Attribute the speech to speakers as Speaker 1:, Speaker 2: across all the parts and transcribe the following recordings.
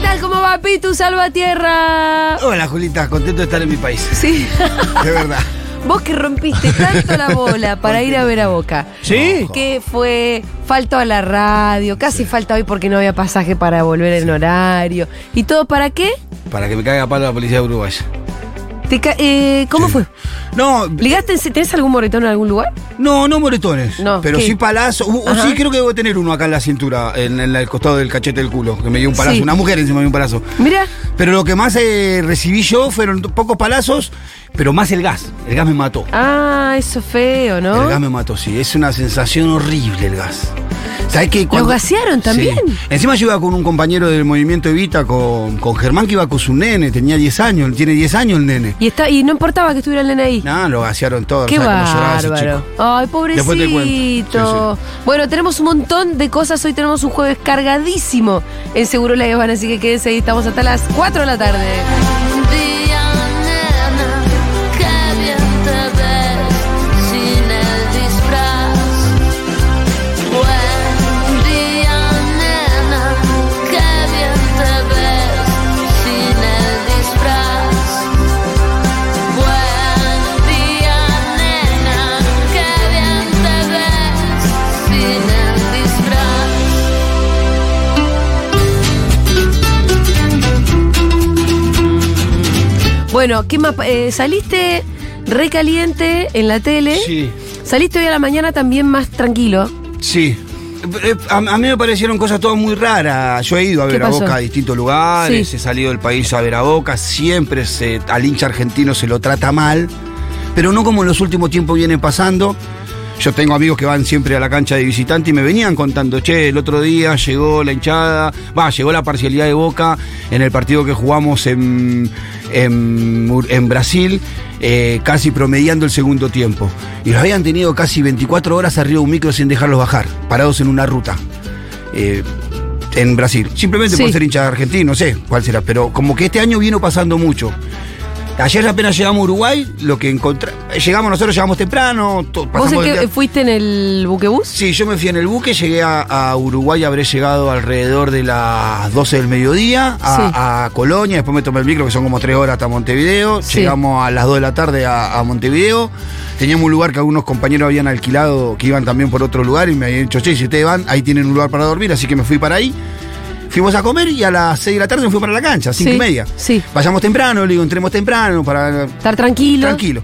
Speaker 1: tal? ¿Cómo va Pitu Salvatierra?
Speaker 2: Hola, Julita, contento de estar en mi país.
Speaker 1: Sí.
Speaker 2: De verdad.
Speaker 1: Vos que rompiste tanto la bola para ir a ver a Boca.
Speaker 3: ¿Sí?
Speaker 1: Que fue, faltó a la radio, casi falta hoy porque no había pasaje para volver en horario. ¿Y todo para qué?
Speaker 2: Para que me caiga a palo la policía uruguaya.
Speaker 1: Te ca- eh, ¿Cómo fue?
Speaker 2: No,
Speaker 1: ¿Ligaste? en- ¿Tenés algún moretón en algún lugar?
Speaker 2: no, no moretones.
Speaker 1: No,
Speaker 2: pero
Speaker 1: ¿qué?
Speaker 2: sí palazos. Uh, uh,
Speaker 1: Ajá.
Speaker 2: sí, creo que debo tener uno acá en la cintura, en, en el costado del cachete del culo, que me dio un palazo.
Speaker 1: Sí.
Speaker 2: Una mujer encima me dio un palazo.
Speaker 1: Mira,
Speaker 2: Pero lo que más eh, recibí yo fueron pocos palazos, pero más el gas. El gas me mató.
Speaker 1: ah, eso es feo,
Speaker 2: El gas
Speaker 1: ¿no?
Speaker 2: me mató, sí. Es una sensación horrible el gas. ¿Sabes qué?
Speaker 1: gasearon también?
Speaker 2: Sí. Encima yo iba con un compañero del movimiento Evita, con, con Germán, que iba con su nene. Tenía 10 años, tiene 10 años el nene.
Speaker 1: Y, está, y no importaba que estuviera el nene ahí.
Speaker 2: Nada, lo gasearon todo.
Speaker 1: Qué
Speaker 2: no sabes cómo lloraba ese
Speaker 1: bárbaro.
Speaker 2: chico.
Speaker 1: Ay,
Speaker 2: Después te cuento.
Speaker 1: pobrecito. Bueno, tenemos un montón de cosas. Hoy tenemos un jueves cargadísimo en Seguro La Habana, así que quédense ahí. Estamos hasta las 4 de la tarde.
Speaker 4: Diana, qué bien te ves sin el disfraz. Buen día, nena, qué bien te ves sin el disfraz. Buen día, nena, qué bien te ves sin el disfraz.
Speaker 1: Bueno, ¿qué más? pa- eh, saliste recaliente en la tele.
Speaker 2: Sí.
Speaker 1: Saliste hoy a la mañana también más tranquilo.
Speaker 2: Sí. Eh, A, a mí me parecieron cosas todas muy raras. Yo he ido a
Speaker 1: ¿Qué
Speaker 2: ver a
Speaker 1: pasó?
Speaker 2: Boca a distintos lugares,
Speaker 1: Sí.
Speaker 2: he salido del país a ver a Boca, siempre se, al hincha argentino se lo trata mal, pero no como en los últimos tiempos viene pasando. Yo tengo amigos que van siempre a la cancha de visitante y me venían contando, che, el otro día llegó la hinchada, va, llegó la parcialidad de Boca en el partido que jugamos en, en, Ur- en Brasil, eh, casi promediando el segundo tiempo. Y los habían tenido casi 24 horas arriba de un micro sin dejarlos bajar, parados en una ruta. eh, en Brasil. Simplemente
Speaker 1: Sí.
Speaker 2: por ser hincha argentino, no sé cuál será, pero como que este año vino pasando mucho. Ayer apenas llegamos a Uruguay, lo que encontramos. Llegamos nosotros, llegamos temprano.
Speaker 1: ¿Vos
Speaker 2: to-
Speaker 1: en
Speaker 2: pasamos el
Speaker 1: qué- eh,
Speaker 2: día-
Speaker 1: fuiste en el buquebús?
Speaker 2: Sí, yo me fui en el buque, llegué a, a Uruguay, habré llegado alrededor de las 12 del mediodía a,
Speaker 1: Sí.
Speaker 2: a Colonia, después me tomé el micro, que son como 3 horas hasta Montevideo,
Speaker 1: Sí.
Speaker 2: llegamos a las 2 de la tarde a, a Montevideo, teníamos un lugar que algunos compañeros habían alquilado, que iban también por otro lugar, y me habían dicho, che, si ustedes van, ahí tienen un lugar para dormir, así que me fui para ahí. Fuimos a comer y a las 6 de la tarde me fui para la cancha, 5
Speaker 1: Sí,
Speaker 2: y media.
Speaker 1: sí.
Speaker 2: Vayamos temprano, le digo, entremos temprano para
Speaker 1: Estar tranquilo.
Speaker 2: Tranquilo.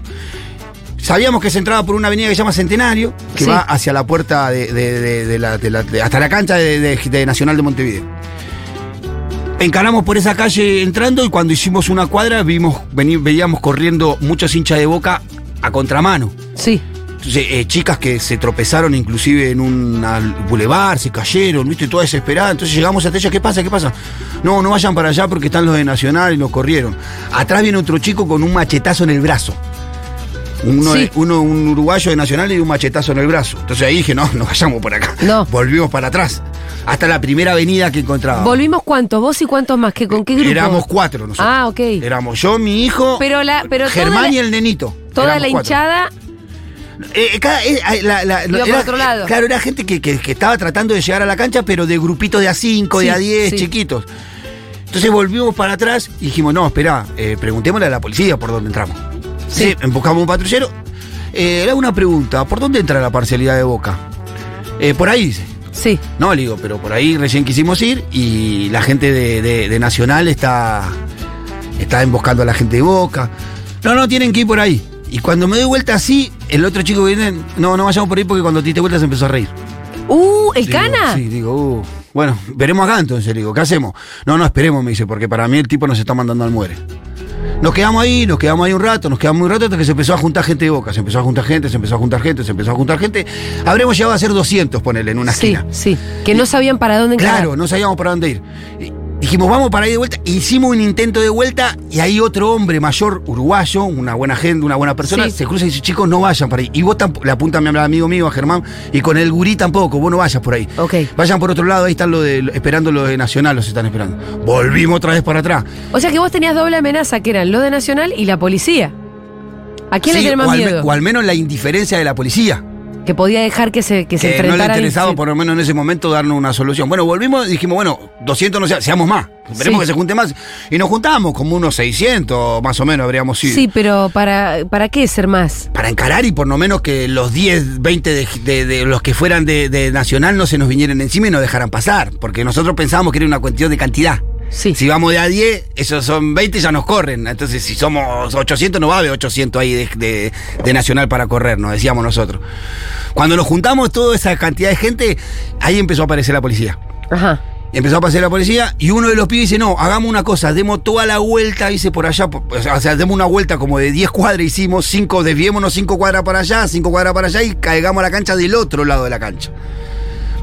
Speaker 2: Sabíamos que se entraba por una avenida que se llama Centenario, que
Speaker 1: Sí.
Speaker 2: va hacia la puerta de, de- de- de la, de la- de- hasta la cancha de, de- de Nacional de Montevideo. Encaramos por esa calle entrando y cuando hicimos una cuadra vimos, veni- veíamos corriendo muchos hinchas de boca a contramano.
Speaker 1: Sí.
Speaker 2: Entonces, eh, chicas que se tropezaron inclusive en un al- bulevar, se cayeron, viste, toda desesperada. Entonces llegamos hasta ella, ¿qué pasa? ¿Qué pasa? No, no vayan para allá porque están los de Nacional y los corrieron. Atrás viene otro chico con un machetazo en el brazo. Uno,
Speaker 1: Sí.
Speaker 2: de- uno- un uruguayo de Nacional y un machetazo en el brazo. Entonces ahí dije, no, no vayamos por acá.
Speaker 1: No.
Speaker 2: Volvimos para atrás. Hasta la primera avenida que encontrábamos.
Speaker 1: ¿Volvimos cuántos? ¿Vos y cuántos más? ¿Qué, ¿Con qué grupo?
Speaker 2: Ah. Éramos cuatro nosotros.
Speaker 1: Ah, ok.
Speaker 2: Éramos yo, mi hijo,
Speaker 1: Pero la- pero toda
Speaker 2: Germán
Speaker 1: la-
Speaker 2: y el nenito.
Speaker 1: Toda
Speaker 2: Éramos
Speaker 1: la
Speaker 2: cuatro.
Speaker 1: hinchada.
Speaker 2: Eh, cada- eh, eh, la- la-
Speaker 1: Iba por
Speaker 2: era-
Speaker 1: otro lado.
Speaker 2: Claro, era gente que, que- que estaba tratando de llegar a la cancha, pero de grupitos de A5,
Speaker 1: Sí,
Speaker 2: de A10,
Speaker 1: sí.
Speaker 2: chiquitos. Entonces volvimos para atrás y dijimos, no, espera, eh, preguntémosle a la policía por dónde entramos.
Speaker 1: Sí.
Speaker 2: Sí. Buscamos un patrullero. Eh, era una pregunta, ¿por dónde entra la parcialidad de Boca? Eh, por ahí dice.
Speaker 1: Sí.
Speaker 2: No, le digo, pero por ahí recién quisimos ir y la gente de, de- de Nacional está, está emboscando a la gente de Boca. No, no, tienen que ir por ahí. Y cuando me doy vuelta así, el otro chico que viene, no, no vayamos por ahí porque cuando te diste vuelta se empezó a reír.
Speaker 1: Uh, ¿el
Speaker 2: Digo,
Speaker 1: cana?
Speaker 2: Sí, digo, uh, bueno, veremos acá entonces, le digo, ¿qué hacemos? No, no, esperemos, me dice, porque para mí el tipo nos está mandando al muere. Nos quedamos ahí, nos quedamos ahí un rato, nos quedamos ahí un rato hasta que se empezó a juntar gente de boca, se empezó a juntar gente, se empezó a juntar gente, se empezó a juntar gente. Habremos llegado a ser 200, ponele, en una
Speaker 1: sí,
Speaker 2: esquina.
Speaker 1: sí. Que no sabían para dónde encarar.
Speaker 2: Claro, no sabíamos para dónde ir. Y Dijimos, vamos para ahí de vuelta. Hicimos un intento de vuelta y ahí otro hombre mayor, uruguayo, una buena gente, una buena persona,
Speaker 1: Sí.
Speaker 2: se cruza y dice, chicos, no vayan para ahí. Y vos tampoco, le apunta a mi amigo mío, a Germán, y con el gurí tampoco, vos no vayas por ahí.
Speaker 1: Ok.
Speaker 2: Vayan por otro lado, ahí están los de, esperando los de Nacional, los están esperando. Volvimos otra vez para atrás.
Speaker 1: O sea que vos tenías doble amenaza, que eran lo de Nacional y la policía. ¿A quién
Speaker 2: Sí,
Speaker 1: le tenés
Speaker 2: o
Speaker 1: más
Speaker 2: al me-
Speaker 1: miedo?
Speaker 2: o al menos la indiferencia de la policía.
Speaker 1: que podía dejar que se, que se
Speaker 2: que no le
Speaker 1: enfrentaran. y
Speaker 2: interesaba
Speaker 1: se-
Speaker 2: por lo menos en ese momento darnos una solución. Bueno, volvimos y dijimos, bueno, 200 no sea, seamos más, esperemos
Speaker 1: Sí.
Speaker 2: que se junte más. Y nos juntamos, como unos 600 más o menos habríamos
Speaker 1: Sí,
Speaker 2: ido.
Speaker 1: pero ¿para, ¿para qué ser más?
Speaker 2: Para encarar y por lo menos que los 10, 20 de, de- de los que fueran de, de Nacional no se nos vinieran encima y nos dejaran pasar, porque nosotros pensábamos que era una cuestión de cantidad.
Speaker 1: Sí.
Speaker 2: Si vamos de a 10, esos son 20 ya nos corren. Entonces, si somos 800, no va a haber 800 ahí de, de- de Nacional para correr, nos decíamos nosotros. Cuando nos juntamos toda esa cantidad de gente, ahí empezó a aparecer la policía.
Speaker 1: Ajá.
Speaker 2: Empezó a aparecer la policía y uno de los pibes dice, no, hagamos una cosa, demos toda la vuelta, dice por allá, por- o sea, demos una vuelta como de 10 cuadras hicimos, 5, desviémonos 5 cuadras para allá, 5 cuadras para allá y caigamos a la cancha del otro lado de la cancha.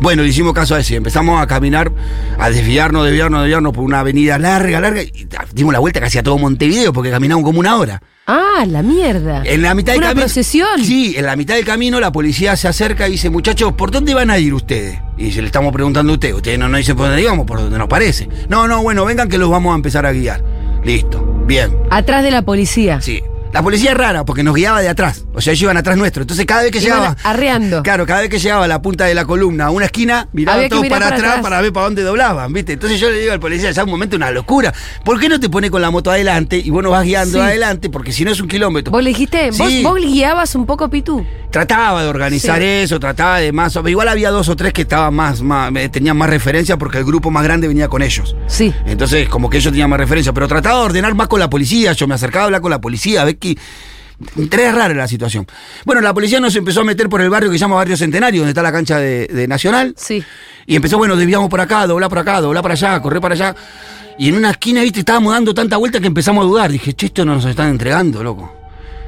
Speaker 2: Bueno, le hicimos caso a ese, empezamos a caminar, a desviarnos, desviarnos, desviarnos por una avenida larga, larga, y dimos la vuelta casi a todo Montevideo porque caminamos como una hora.
Speaker 1: Ah, la mierda.
Speaker 2: En la mitad del
Speaker 1: Una
Speaker 2: camino.
Speaker 1: procesión.
Speaker 2: Sí, en la mitad del camino la policía se acerca y dice, muchachos, ¿por dónde van a ir ustedes? Y se le estamos preguntando a ustedes. Ustedes no nos dicen por dónde íbamos, por donde nos parece. No, no, bueno, vengan que los vamos a empezar a guiar. Listo, bien.
Speaker 1: Atrás de la policía.
Speaker 2: Sí. La policía es rara porque nos guiaba de atrás. O sea, ellos iban atrás nuestro. Entonces cada vez que
Speaker 1: Iban
Speaker 2: llegaba.
Speaker 1: arreando.
Speaker 2: Claro, cada vez que llegaba a la punta de la columna a una esquina, miraban
Speaker 1: Había que
Speaker 2: todos
Speaker 1: mirar
Speaker 2: para,
Speaker 1: para
Speaker 2: atrás
Speaker 1: atrás.
Speaker 2: para ver para dónde doblaban, ¿viste? Entonces yo le digo al policía, ya un momento una locura. ¿Por qué no te pones con la moto adelante y vos nos vas guiando
Speaker 1: Sí.
Speaker 2: adelante? Porque si no es un kilómetro.
Speaker 1: ¿Vos le dijiste?
Speaker 2: Sí.
Speaker 1: ¿Vos, vos guiabas un poco, Pitu?
Speaker 2: Trataba de organizar
Speaker 1: Sí.
Speaker 2: eso, trataba de más. Igual había dos o tres que estaban más, más- eh, tenían más referencia porque el grupo más grande venía con ellos.
Speaker 1: Sí.
Speaker 2: Entonces, como que ellos tenían más referencia, pero trataba de ordenar más con la policía. Yo me acercaba a hablar con la policía, a ver qué. Era rara la situación. Bueno, la policía nos empezó a meter por el barrio que se llama Barrio Centenario, donde está la cancha de, de Nacional.
Speaker 1: Sí.
Speaker 2: Y empezó, bueno, desviamos por acá, doblá por acá, doblá para allá, correr para allá. Y en una esquina, viste, estábamos dando tanta vuelta que empezamos a dudar. Dije, che, esto no nos están entregando, loco.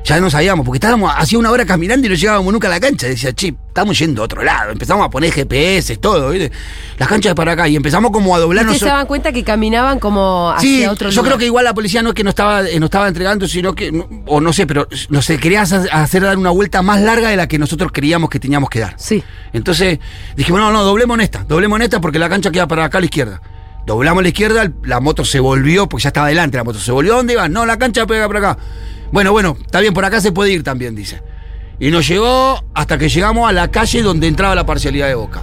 Speaker 2: Ya no sabíamos, porque estábamos hacía una hora caminando y no llegábamos nunca a la cancha. Decía, che, estamos yendo a otro lado. Empezamos a poner GPS, todo, ¿viste? La cancha es para acá. Y empezamos como a doblarnos.
Speaker 1: Ustedes se daban cuenta que caminaban como hacia
Speaker 2: Sí,
Speaker 1: otro
Speaker 2: yo
Speaker 1: lugar.
Speaker 2: creo que igual la policía no es que no estaba, eh, no estaba entregando, sino que, no- o no sé, pero no sé, quería hacer- hacer dar una vuelta más larga de la que nosotros creíamos que teníamos que dar.
Speaker 1: Sí.
Speaker 2: Entonces dijimos, no, no, doblemos en esta, doblemos en esta porque la cancha queda para acá a la izquierda. Doblamos a la izquierda, el- la moto se volvió, porque ya estaba adelante la moto, se volvió, ¿a ¿dónde iba? No, la cancha pega por acá. Bueno, bueno, está bien, por acá se puede ir también, dice. Y nos llegó hasta que llegamos a la calle donde entraba la parcialidad de Boca.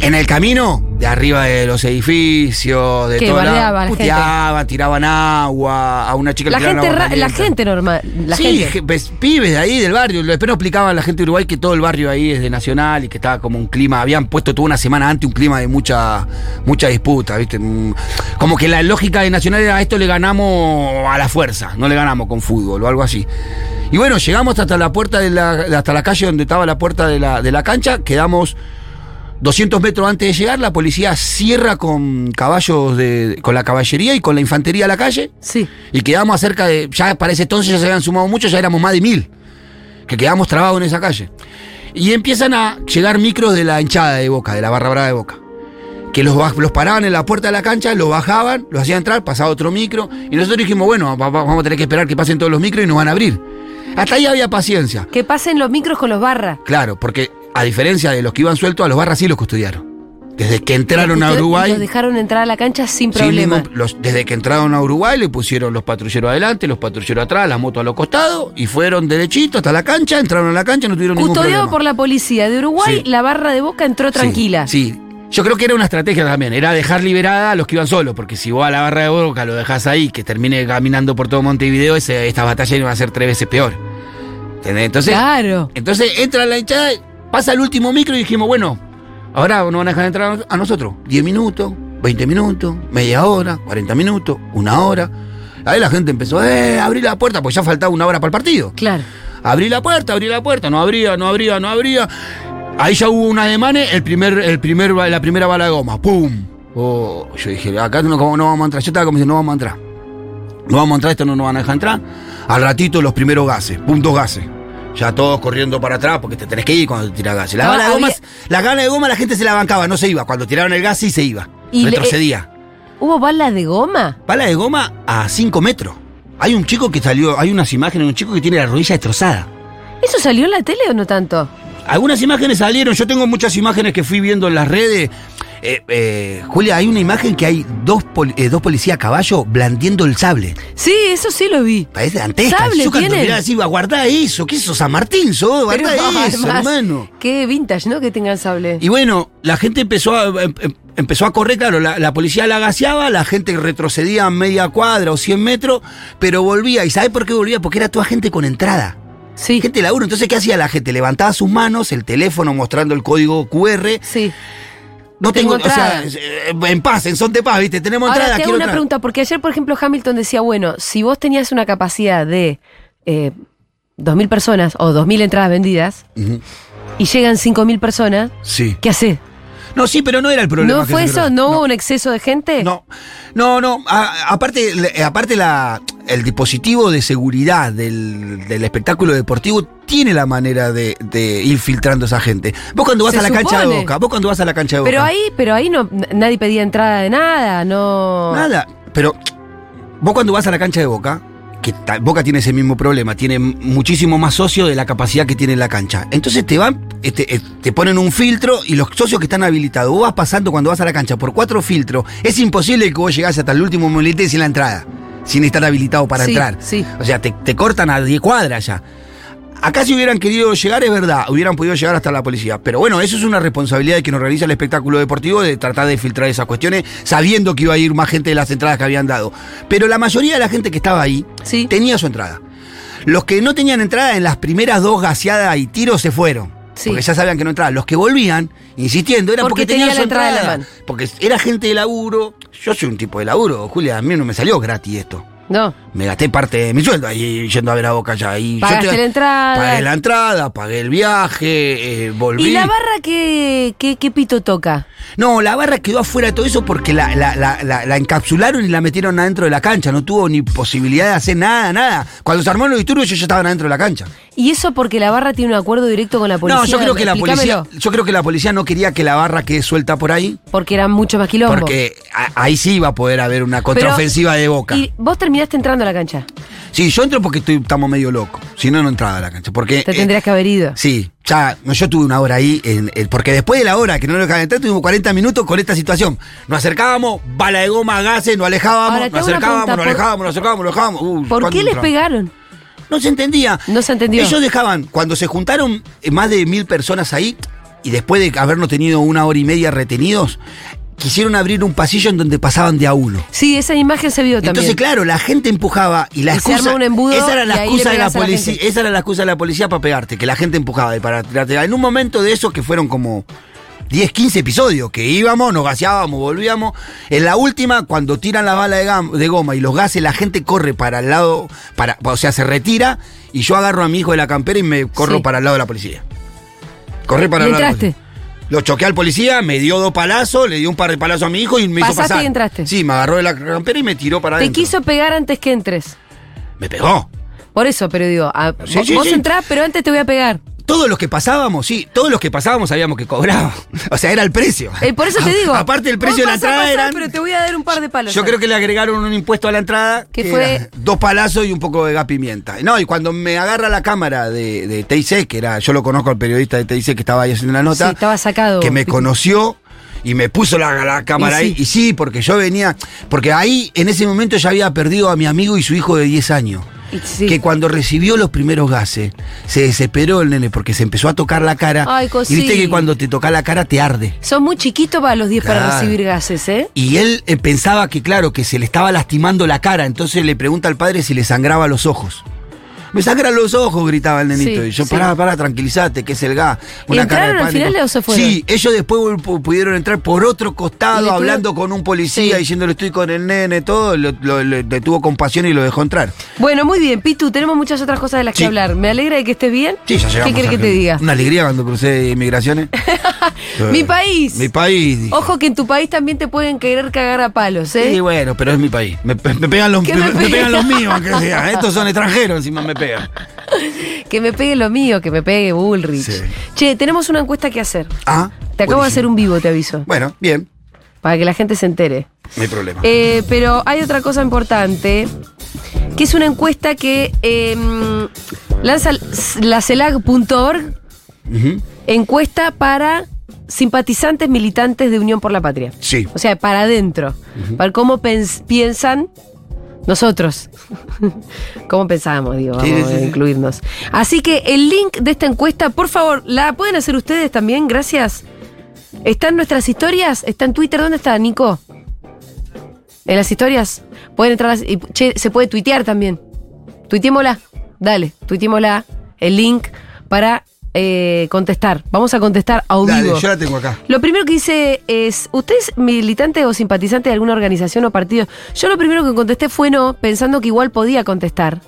Speaker 2: En el camino, de arriba de los edificios, de
Speaker 1: Que
Speaker 2: todo lado,
Speaker 1: bardeaba la gente.
Speaker 2: puteaban, tiraban agua, a una chica
Speaker 1: La
Speaker 2: le tiraron
Speaker 1: gente,
Speaker 2: agua
Speaker 1: ra- la
Speaker 2: caliente.
Speaker 1: gente normal. La
Speaker 2: sí,
Speaker 1: gente.
Speaker 2: je- ves- pibes de ahí del barrio. Después nos explicaban la gente de Uruguay que todo el barrio ahí es de Nacional y que estaba como un clima. Habían puesto toda una semana antes un clima de mucha, mucha disputa, ¿viste? Mm, Como que la lógica de Nacional era esto le ganamos a la fuerza, no le ganamos con fútbol o algo así. Y bueno, llegamos hasta la puerta de la, hasta la calle donde estaba la puerta de la, de la cancha, quedamos 200 metros antes de llegar, la policía cierra con caballos de, con la caballería y con la infantería a la calle.
Speaker 1: Sí.
Speaker 2: Y quedamos cerca de. Ya para ese entonces ya se habían sumado muchos, ya éramos más de mil. Que quedamos trabados en esa calle. Y empiezan a llegar micros de la hinchada de boca, de la barra brava de boca. Que los, baj- los paraban en la puerta de la cancha, los bajaban, los hacían entrar, pasaba otro micro. Y nosotros dijimos, bueno, va- va- vamos a tener que esperar que pasen todos los micros y nos van a abrir. Hasta ahí había paciencia.
Speaker 1: Que pasen los micros con los barras.
Speaker 2: Claro, porque a diferencia de los que iban sueltos, a los barras sí los custodiaron. Desde que entraron a
Speaker 1: Ustedes
Speaker 2: Uruguay.
Speaker 1: Los dejaron entrar a la cancha sin
Speaker 2: Sin
Speaker 1: problema.
Speaker 2: ningún- los- desde que entraron a Uruguay le pusieron los patrulleros adelante, los patrulleros atrás, la moto a los costados y fueron derechito hasta la cancha, entraron a la cancha, no tuvieron ningún problema.
Speaker 1: Custodiado por la policía de Uruguay,
Speaker 2: Sí.
Speaker 1: la barra de Boca entró
Speaker 2: Sí,
Speaker 1: tranquila.
Speaker 2: Sí, Yo creo que era una estrategia también, era dejar liberada a los que iban solos, porque si vos a la barra de boca lo dejás ahí, que termine caminando por todo Montevideo, ese- esta batalla iba a ser tres veces peor. ¿Entendés? Entonces,
Speaker 1: Claro.
Speaker 2: entonces entra la hinchada, pasa el último micro y dijimos, bueno, ahora nos van a dejar entrar a nosotros. 10 minutos, 20 minutos, media hora, 40 minutos, una hora. Ahí la gente empezó, eh, abrí la puerta, pues ya faltaba una hora para el partido.
Speaker 1: Claro.
Speaker 2: Abrí la puerta, abrí la puerta, no abría, no abría, no abría. Ahí ya hubo un ademán, el primer, el primer, ba- la primera bala de goma, ¡pum! Oh, yo dije, acá no, no vamos a entrar, yo estaba como diciendo, no vamos a entrar. No vamos a entrar, esto no nos van a dejar entrar. Al ratito los primeros gases, puntos gases. Ya todos corriendo para atrás porque te tenés que ir cuando te tiras gases. La
Speaker 1: Ah,
Speaker 2: bala de goma,
Speaker 1: había-
Speaker 2: la gana de goma la gente se la bancaba, no se iba. Cuando tiraron el gas sí se iba.
Speaker 1: Y le-
Speaker 2: retrocedía.
Speaker 1: ¿Hubo balas de goma?
Speaker 2: Bala de goma a 5 metros. Hay un chico que salió, hay unas imágenes de un chico que tiene la rodilla destrozada.
Speaker 1: ¿Eso salió en la tele o no tanto?
Speaker 2: Algunas imágenes salieron, yo tengo muchas imágenes que fui viendo en las redes. Eh, eh, Julia, hay una imagen que hay dos, pol- eh, dos policías a caballo blandiendo el sable.
Speaker 1: Sí, eso sí lo vi.
Speaker 2: Parece dantesca.
Speaker 1: Sable
Speaker 2: Yo cuando
Speaker 1: tienen.
Speaker 2: miraba así, iba, guardá eso. ¿Qué es eso? San Martín, sos, guardá
Speaker 1: Pero,
Speaker 2: eso,
Speaker 1: además,
Speaker 2: hermano.
Speaker 1: Qué vintage, ¿no? Que tengan sable.
Speaker 2: Y bueno, la gente empezó a, em- em- empezó a correr, claro, la, la policía la gaseaba, la gente retrocedía media cuadra o 100 metros, pero volvía. ¿Y sabés por qué volvía? Porque era toda gente con entrada.
Speaker 1: sí.
Speaker 2: Gente laburo. Entonces, ¿qué hacía la gente? Levantaba sus manos, el teléfono mostrando el código QR.
Speaker 1: Sí.
Speaker 2: No
Speaker 1: Tengo
Speaker 2: tengo, o sea,
Speaker 1: entrada.
Speaker 2: eh, en paz, en son de paz, ¿viste? Tenemos
Speaker 1: Ahora te
Speaker 2: entrada,
Speaker 1: hago
Speaker 2: quiero
Speaker 1: una
Speaker 2: entrada.
Speaker 1: pregunta, porque ayer, por ejemplo, Hamilton decía, bueno, si vos tenías una capacidad de eh, 2.000 personas o 2.000 entradas vendidas
Speaker 2: Ujú.
Speaker 1: y llegan 5.000 personas,
Speaker 2: Sí.
Speaker 1: ¿qué haces?
Speaker 2: No, sí, pero no era el problema.
Speaker 1: ¿No
Speaker 2: que
Speaker 1: fue
Speaker 2: se
Speaker 1: eso?
Speaker 2: creó.
Speaker 1: ¿No, hubo un exceso de gente?
Speaker 2: No, no, no. a- aparte, le- aparte la, el dispositivo de seguridad del, del espectáculo deportivo tiene la manera de, de ir filtrando esa gente. Vos cuando vas
Speaker 1: Se
Speaker 2: a la cancha de
Speaker 1: supone.
Speaker 2: Boca, vos cuando vas a la cancha de Boca.
Speaker 1: Pero ahí, pero ahí no, n- nadie pedía entrada de nada, no.
Speaker 2: Nada, pero vos cuando vas a la cancha de Boca, que ta- Boca tiene ese mismo problema, tiene m- muchísimo más socios de la capacidad que tiene la cancha. Entonces te van, este, eh, te ponen un filtro y los socios que están habilitados, vos vas pasando cuando vas a la cancha por cuatro filtros, es imposible que vos llegás hasta el último molete sin la entrada, sin estar habilitado para
Speaker 1: Sí,
Speaker 2: entrar.
Speaker 1: sí.
Speaker 2: O sea, te, te cortan a 10 cuadras ya. Acá si hubieran querido llegar, es verdad, hubieran podido llegar hasta la policía. Pero bueno, eso es una responsabilidad de quien organiza el espectáculo deportivo de tratar de filtrar esas cuestiones, sabiendo que iba a ir más gente de las entradas que habían dado. Pero la mayoría de la gente que estaba ahí
Speaker 1: Sí.
Speaker 2: tenía su entrada. Los que no tenían entrada en las primeras dos gaseadas y tiros se fueron.
Speaker 1: Sí.
Speaker 2: Porque ya sabían que no entraban. Los que volvían, insistiendo, era
Speaker 1: Porque
Speaker 2: porque, tenían
Speaker 1: tenía
Speaker 2: su
Speaker 1: la entrada
Speaker 2: entrada.
Speaker 1: en la mano.
Speaker 2: porque era gente de laburo. Yo soy un tipo de laburo, Julia. A mí no me salió gratis esto.
Speaker 1: No.
Speaker 2: Me gasté parte de mi sueldo ahí yendo a ver a Boca allá. Y yo
Speaker 1: Pagaste
Speaker 2: te-
Speaker 1: la entrada.
Speaker 2: Pagué la entrada, pagué el viaje, eh, volví.
Speaker 1: ¿Y la barra qué, qué, qué pito toca?
Speaker 2: No, la barra quedó afuera de todo eso porque la, la- la- la- la encapsularon y la metieron adentro de la cancha. No tuvo ni posibilidad de hacer nada, nada. Cuando se armaron los disturbios, ellos ya estaban adentro de la cancha.
Speaker 1: ¿Y eso porque la barra tiene un acuerdo directo con la policía?
Speaker 2: no, yo creo que la policía.
Speaker 1: Explícamelo.
Speaker 2: Yo creo que la policía no quería que la barra quede suelta por ahí.
Speaker 1: Porque era mucho más quilombo.
Speaker 2: Porque a- ahí sí iba a poder haber una
Speaker 1: Pero-
Speaker 2: contraofensiva de boca.
Speaker 1: Y vos terminaste entrando a la cancha.
Speaker 2: Sí, yo entro porque estoy- estamos medio locos. Si no, no entraba a la cancha. Porque,
Speaker 1: Te
Speaker 2: eh,
Speaker 1: tendrías que haber ido.
Speaker 2: Sí, ya, no, yo tuve una hora ahí, en- en- porque después de la hora que no lo dejaban entrar, tuvimos 40 minutos con esta situación. Nos acercábamos, bala de goma, gases, nos alejábamos,
Speaker 1: Ahora, te
Speaker 2: nos
Speaker 1: hago una
Speaker 2: acercábamos,
Speaker 1: pregunta,
Speaker 2: nos
Speaker 1: ¿por-
Speaker 2: alejábamos, nos acercábamos, nos alejábamos. Uy,
Speaker 1: ¿Por
Speaker 2: ¿cuándo
Speaker 1: qué les
Speaker 2: entramos?
Speaker 1: pegaron?
Speaker 2: No se entendía.
Speaker 1: No se entendió.
Speaker 2: Ellos dejaban, cuando se juntaron eh, más de mil personas ahí, y después de habernos tenido una hora y media retenidos, quisieron abrir un pasillo en donde pasaban de a uno.
Speaker 1: Sí, esa imagen se vio también.
Speaker 2: Entonces, claro, la gente empujaba y la
Speaker 1: Y se
Speaker 2: excusa.
Speaker 1: arma un embudo
Speaker 2: esa era la
Speaker 1: y ahí le
Speaker 2: excusa de la
Speaker 1: pegás a la
Speaker 2: policía.
Speaker 1: gente.
Speaker 2: esa era la excusa de la policía para pegarte, que la gente empujaba y para tirarte. En un momento de esos que fueron como 10, 15 episodios, que íbamos, nos gaseábamos, volvíamos. En la última, cuando tiran la bala de, gam- de goma y los gases, la gente corre para el lado, para, o sea, se retira y yo agarro a mi hijo de la campera y me corro
Speaker 1: Sí.
Speaker 2: para el lado de la policía. Corrí para
Speaker 1: Y
Speaker 2: el lado de la
Speaker 1: entraste.
Speaker 2: policía. Lo choqué al policía, me dio dos palazos, le dio un par de palazos a mi hijo y me
Speaker 1: Pasaste
Speaker 2: hizo pasar.
Speaker 1: y entraste.
Speaker 2: Sí, me agarró de la campera y me tiró para
Speaker 1: Te
Speaker 2: adentro.
Speaker 1: quiso pegar antes que entres.
Speaker 2: Me pegó.
Speaker 1: Por eso, pero digo, ah,
Speaker 2: Sí,
Speaker 1: vos,
Speaker 2: sí,
Speaker 1: vos
Speaker 2: sí.
Speaker 1: entrás, pero antes te voy a pegar.
Speaker 2: Todos los que pasábamos, sí, todos los que pasábamos sabíamos que cobraba. O sea, era el precio.
Speaker 1: Eh, por eso te digo.
Speaker 2: Aparte el precio de
Speaker 1: vos vas
Speaker 2: la
Speaker 1: a
Speaker 2: entrada
Speaker 1: pasar,
Speaker 2: eran-
Speaker 1: Pero te voy a dar un par de palos.
Speaker 2: Yo creo que le agregaron un impuesto a la entrada.
Speaker 1: Que
Speaker 2: que
Speaker 1: fue-
Speaker 2: era Dos palazos y un poco de gas pimienta. No, y cuando me agarra la cámara de, de TIC, que era, yo lo conozco al periodista de TIC que estaba ahí haciendo la nota.
Speaker 1: Sí, estaba sacado.
Speaker 2: Que me conoció y me puso la, la cámara
Speaker 1: Y
Speaker 2: ahí.
Speaker 1: sí.
Speaker 2: Y sí, porque yo venía. Porque ahí, en ese momento, ya había perdido a mi amigo y su hijo de 10 años.
Speaker 1: Y sí.
Speaker 2: Que cuando recibió los primeros gases, se desesperó el nene porque se empezó a tocar la cara.
Speaker 1: Ay,
Speaker 2: y viste
Speaker 1: cosí.
Speaker 2: que cuando te toca la cara te arde.
Speaker 1: Son muy chiquitos para los 10 para
Speaker 2: Claro.
Speaker 1: recibir gases, ¿eh?
Speaker 2: Y él eh, pensaba que, claro, que se le estaba lastimando la cara, entonces le pregunta al padre si le sangraba los ojos. Me sangran los ojos, gritaba el nenito.
Speaker 1: Sí,
Speaker 2: y yo,
Speaker 1: sí.
Speaker 2: pará, pará, tranquilizate, que es el gas.
Speaker 1: ¿Y entraron al final o se fueron?
Speaker 2: Sí, ellos después vol- pu- pudieron entrar por otro
Speaker 1: ¿Y le
Speaker 2: costado,
Speaker 1: tuvo-
Speaker 2: hablando con un policía,
Speaker 1: Sí.
Speaker 2: diciéndole estoy con el nene, todo. Lo, lo- le- le tuvo compasión y lo dejó entrar.
Speaker 1: Bueno, muy bien, Pitu, tenemos muchas otras cosas de las
Speaker 2: Sí.
Speaker 1: que hablar. Me alegra de que estés bien.
Speaker 2: Sí, ya llegamos.
Speaker 1: ¿Qué querés que
Speaker 2: Ángel.
Speaker 1: te diga?
Speaker 2: Una alegría cuando crucé inmigraciones.
Speaker 1: Mi país.
Speaker 2: Eh, Mi país. dije.
Speaker 1: Ojo que en tu país también te pueden querer cagar a palos, ¿eh?
Speaker 2: Sí, bueno, pero es mi país. Me, pe- me pegan, los,
Speaker 1: ¿Qué
Speaker 2: me,
Speaker 1: me
Speaker 2: me
Speaker 1: pega?
Speaker 2: pegan los míos, aunque sea. Estos son extranjeros, encima me pegan.
Speaker 1: Que me pegue lo mío, que me pegue Bullrich.
Speaker 2: Sí.
Speaker 1: Che, tenemos una encuesta que hacer.
Speaker 2: Ah.
Speaker 1: Te acabo
Speaker 2: buenísimo.
Speaker 1: de hacer un vivo, te aviso,
Speaker 2: Bueno, bien,
Speaker 1: para que la gente se entere.
Speaker 2: no hay problema.
Speaker 1: Eh, pero hay otra cosa importante, que es una encuesta que eh, lanza la CELAC.org,
Speaker 2: Ujú.
Speaker 1: encuesta para simpatizantes militantes de Unión por la Patria.
Speaker 2: Sí.
Speaker 1: O sea, para adentro. Para cómo pens- piensan nosotros. cómo pensábamos, digo,
Speaker 2: Sí,
Speaker 1: vamos eh,
Speaker 2: sí,
Speaker 1: a
Speaker 2: sí.
Speaker 1: incluirnos. Así que el link de esta encuesta, por favor, la pueden hacer ustedes también, gracias. ¿Están nuestras historias? ¿Está en Twitter? ¿Dónde está, Nico? ¿En las historias? Pueden entrar las- y che, se puede tuitear también. Tuiteémosla. Dale, tuiteémosla. El link para eh, contestar. Vamos a contestar a vivo.
Speaker 2: Dale, yo la tengo acá.
Speaker 1: Lo primero que hice es, ¿usted es militante o simpatizante de alguna organización o partido? Yo lo primero que contesté fue no, pensando que igual podía contestar.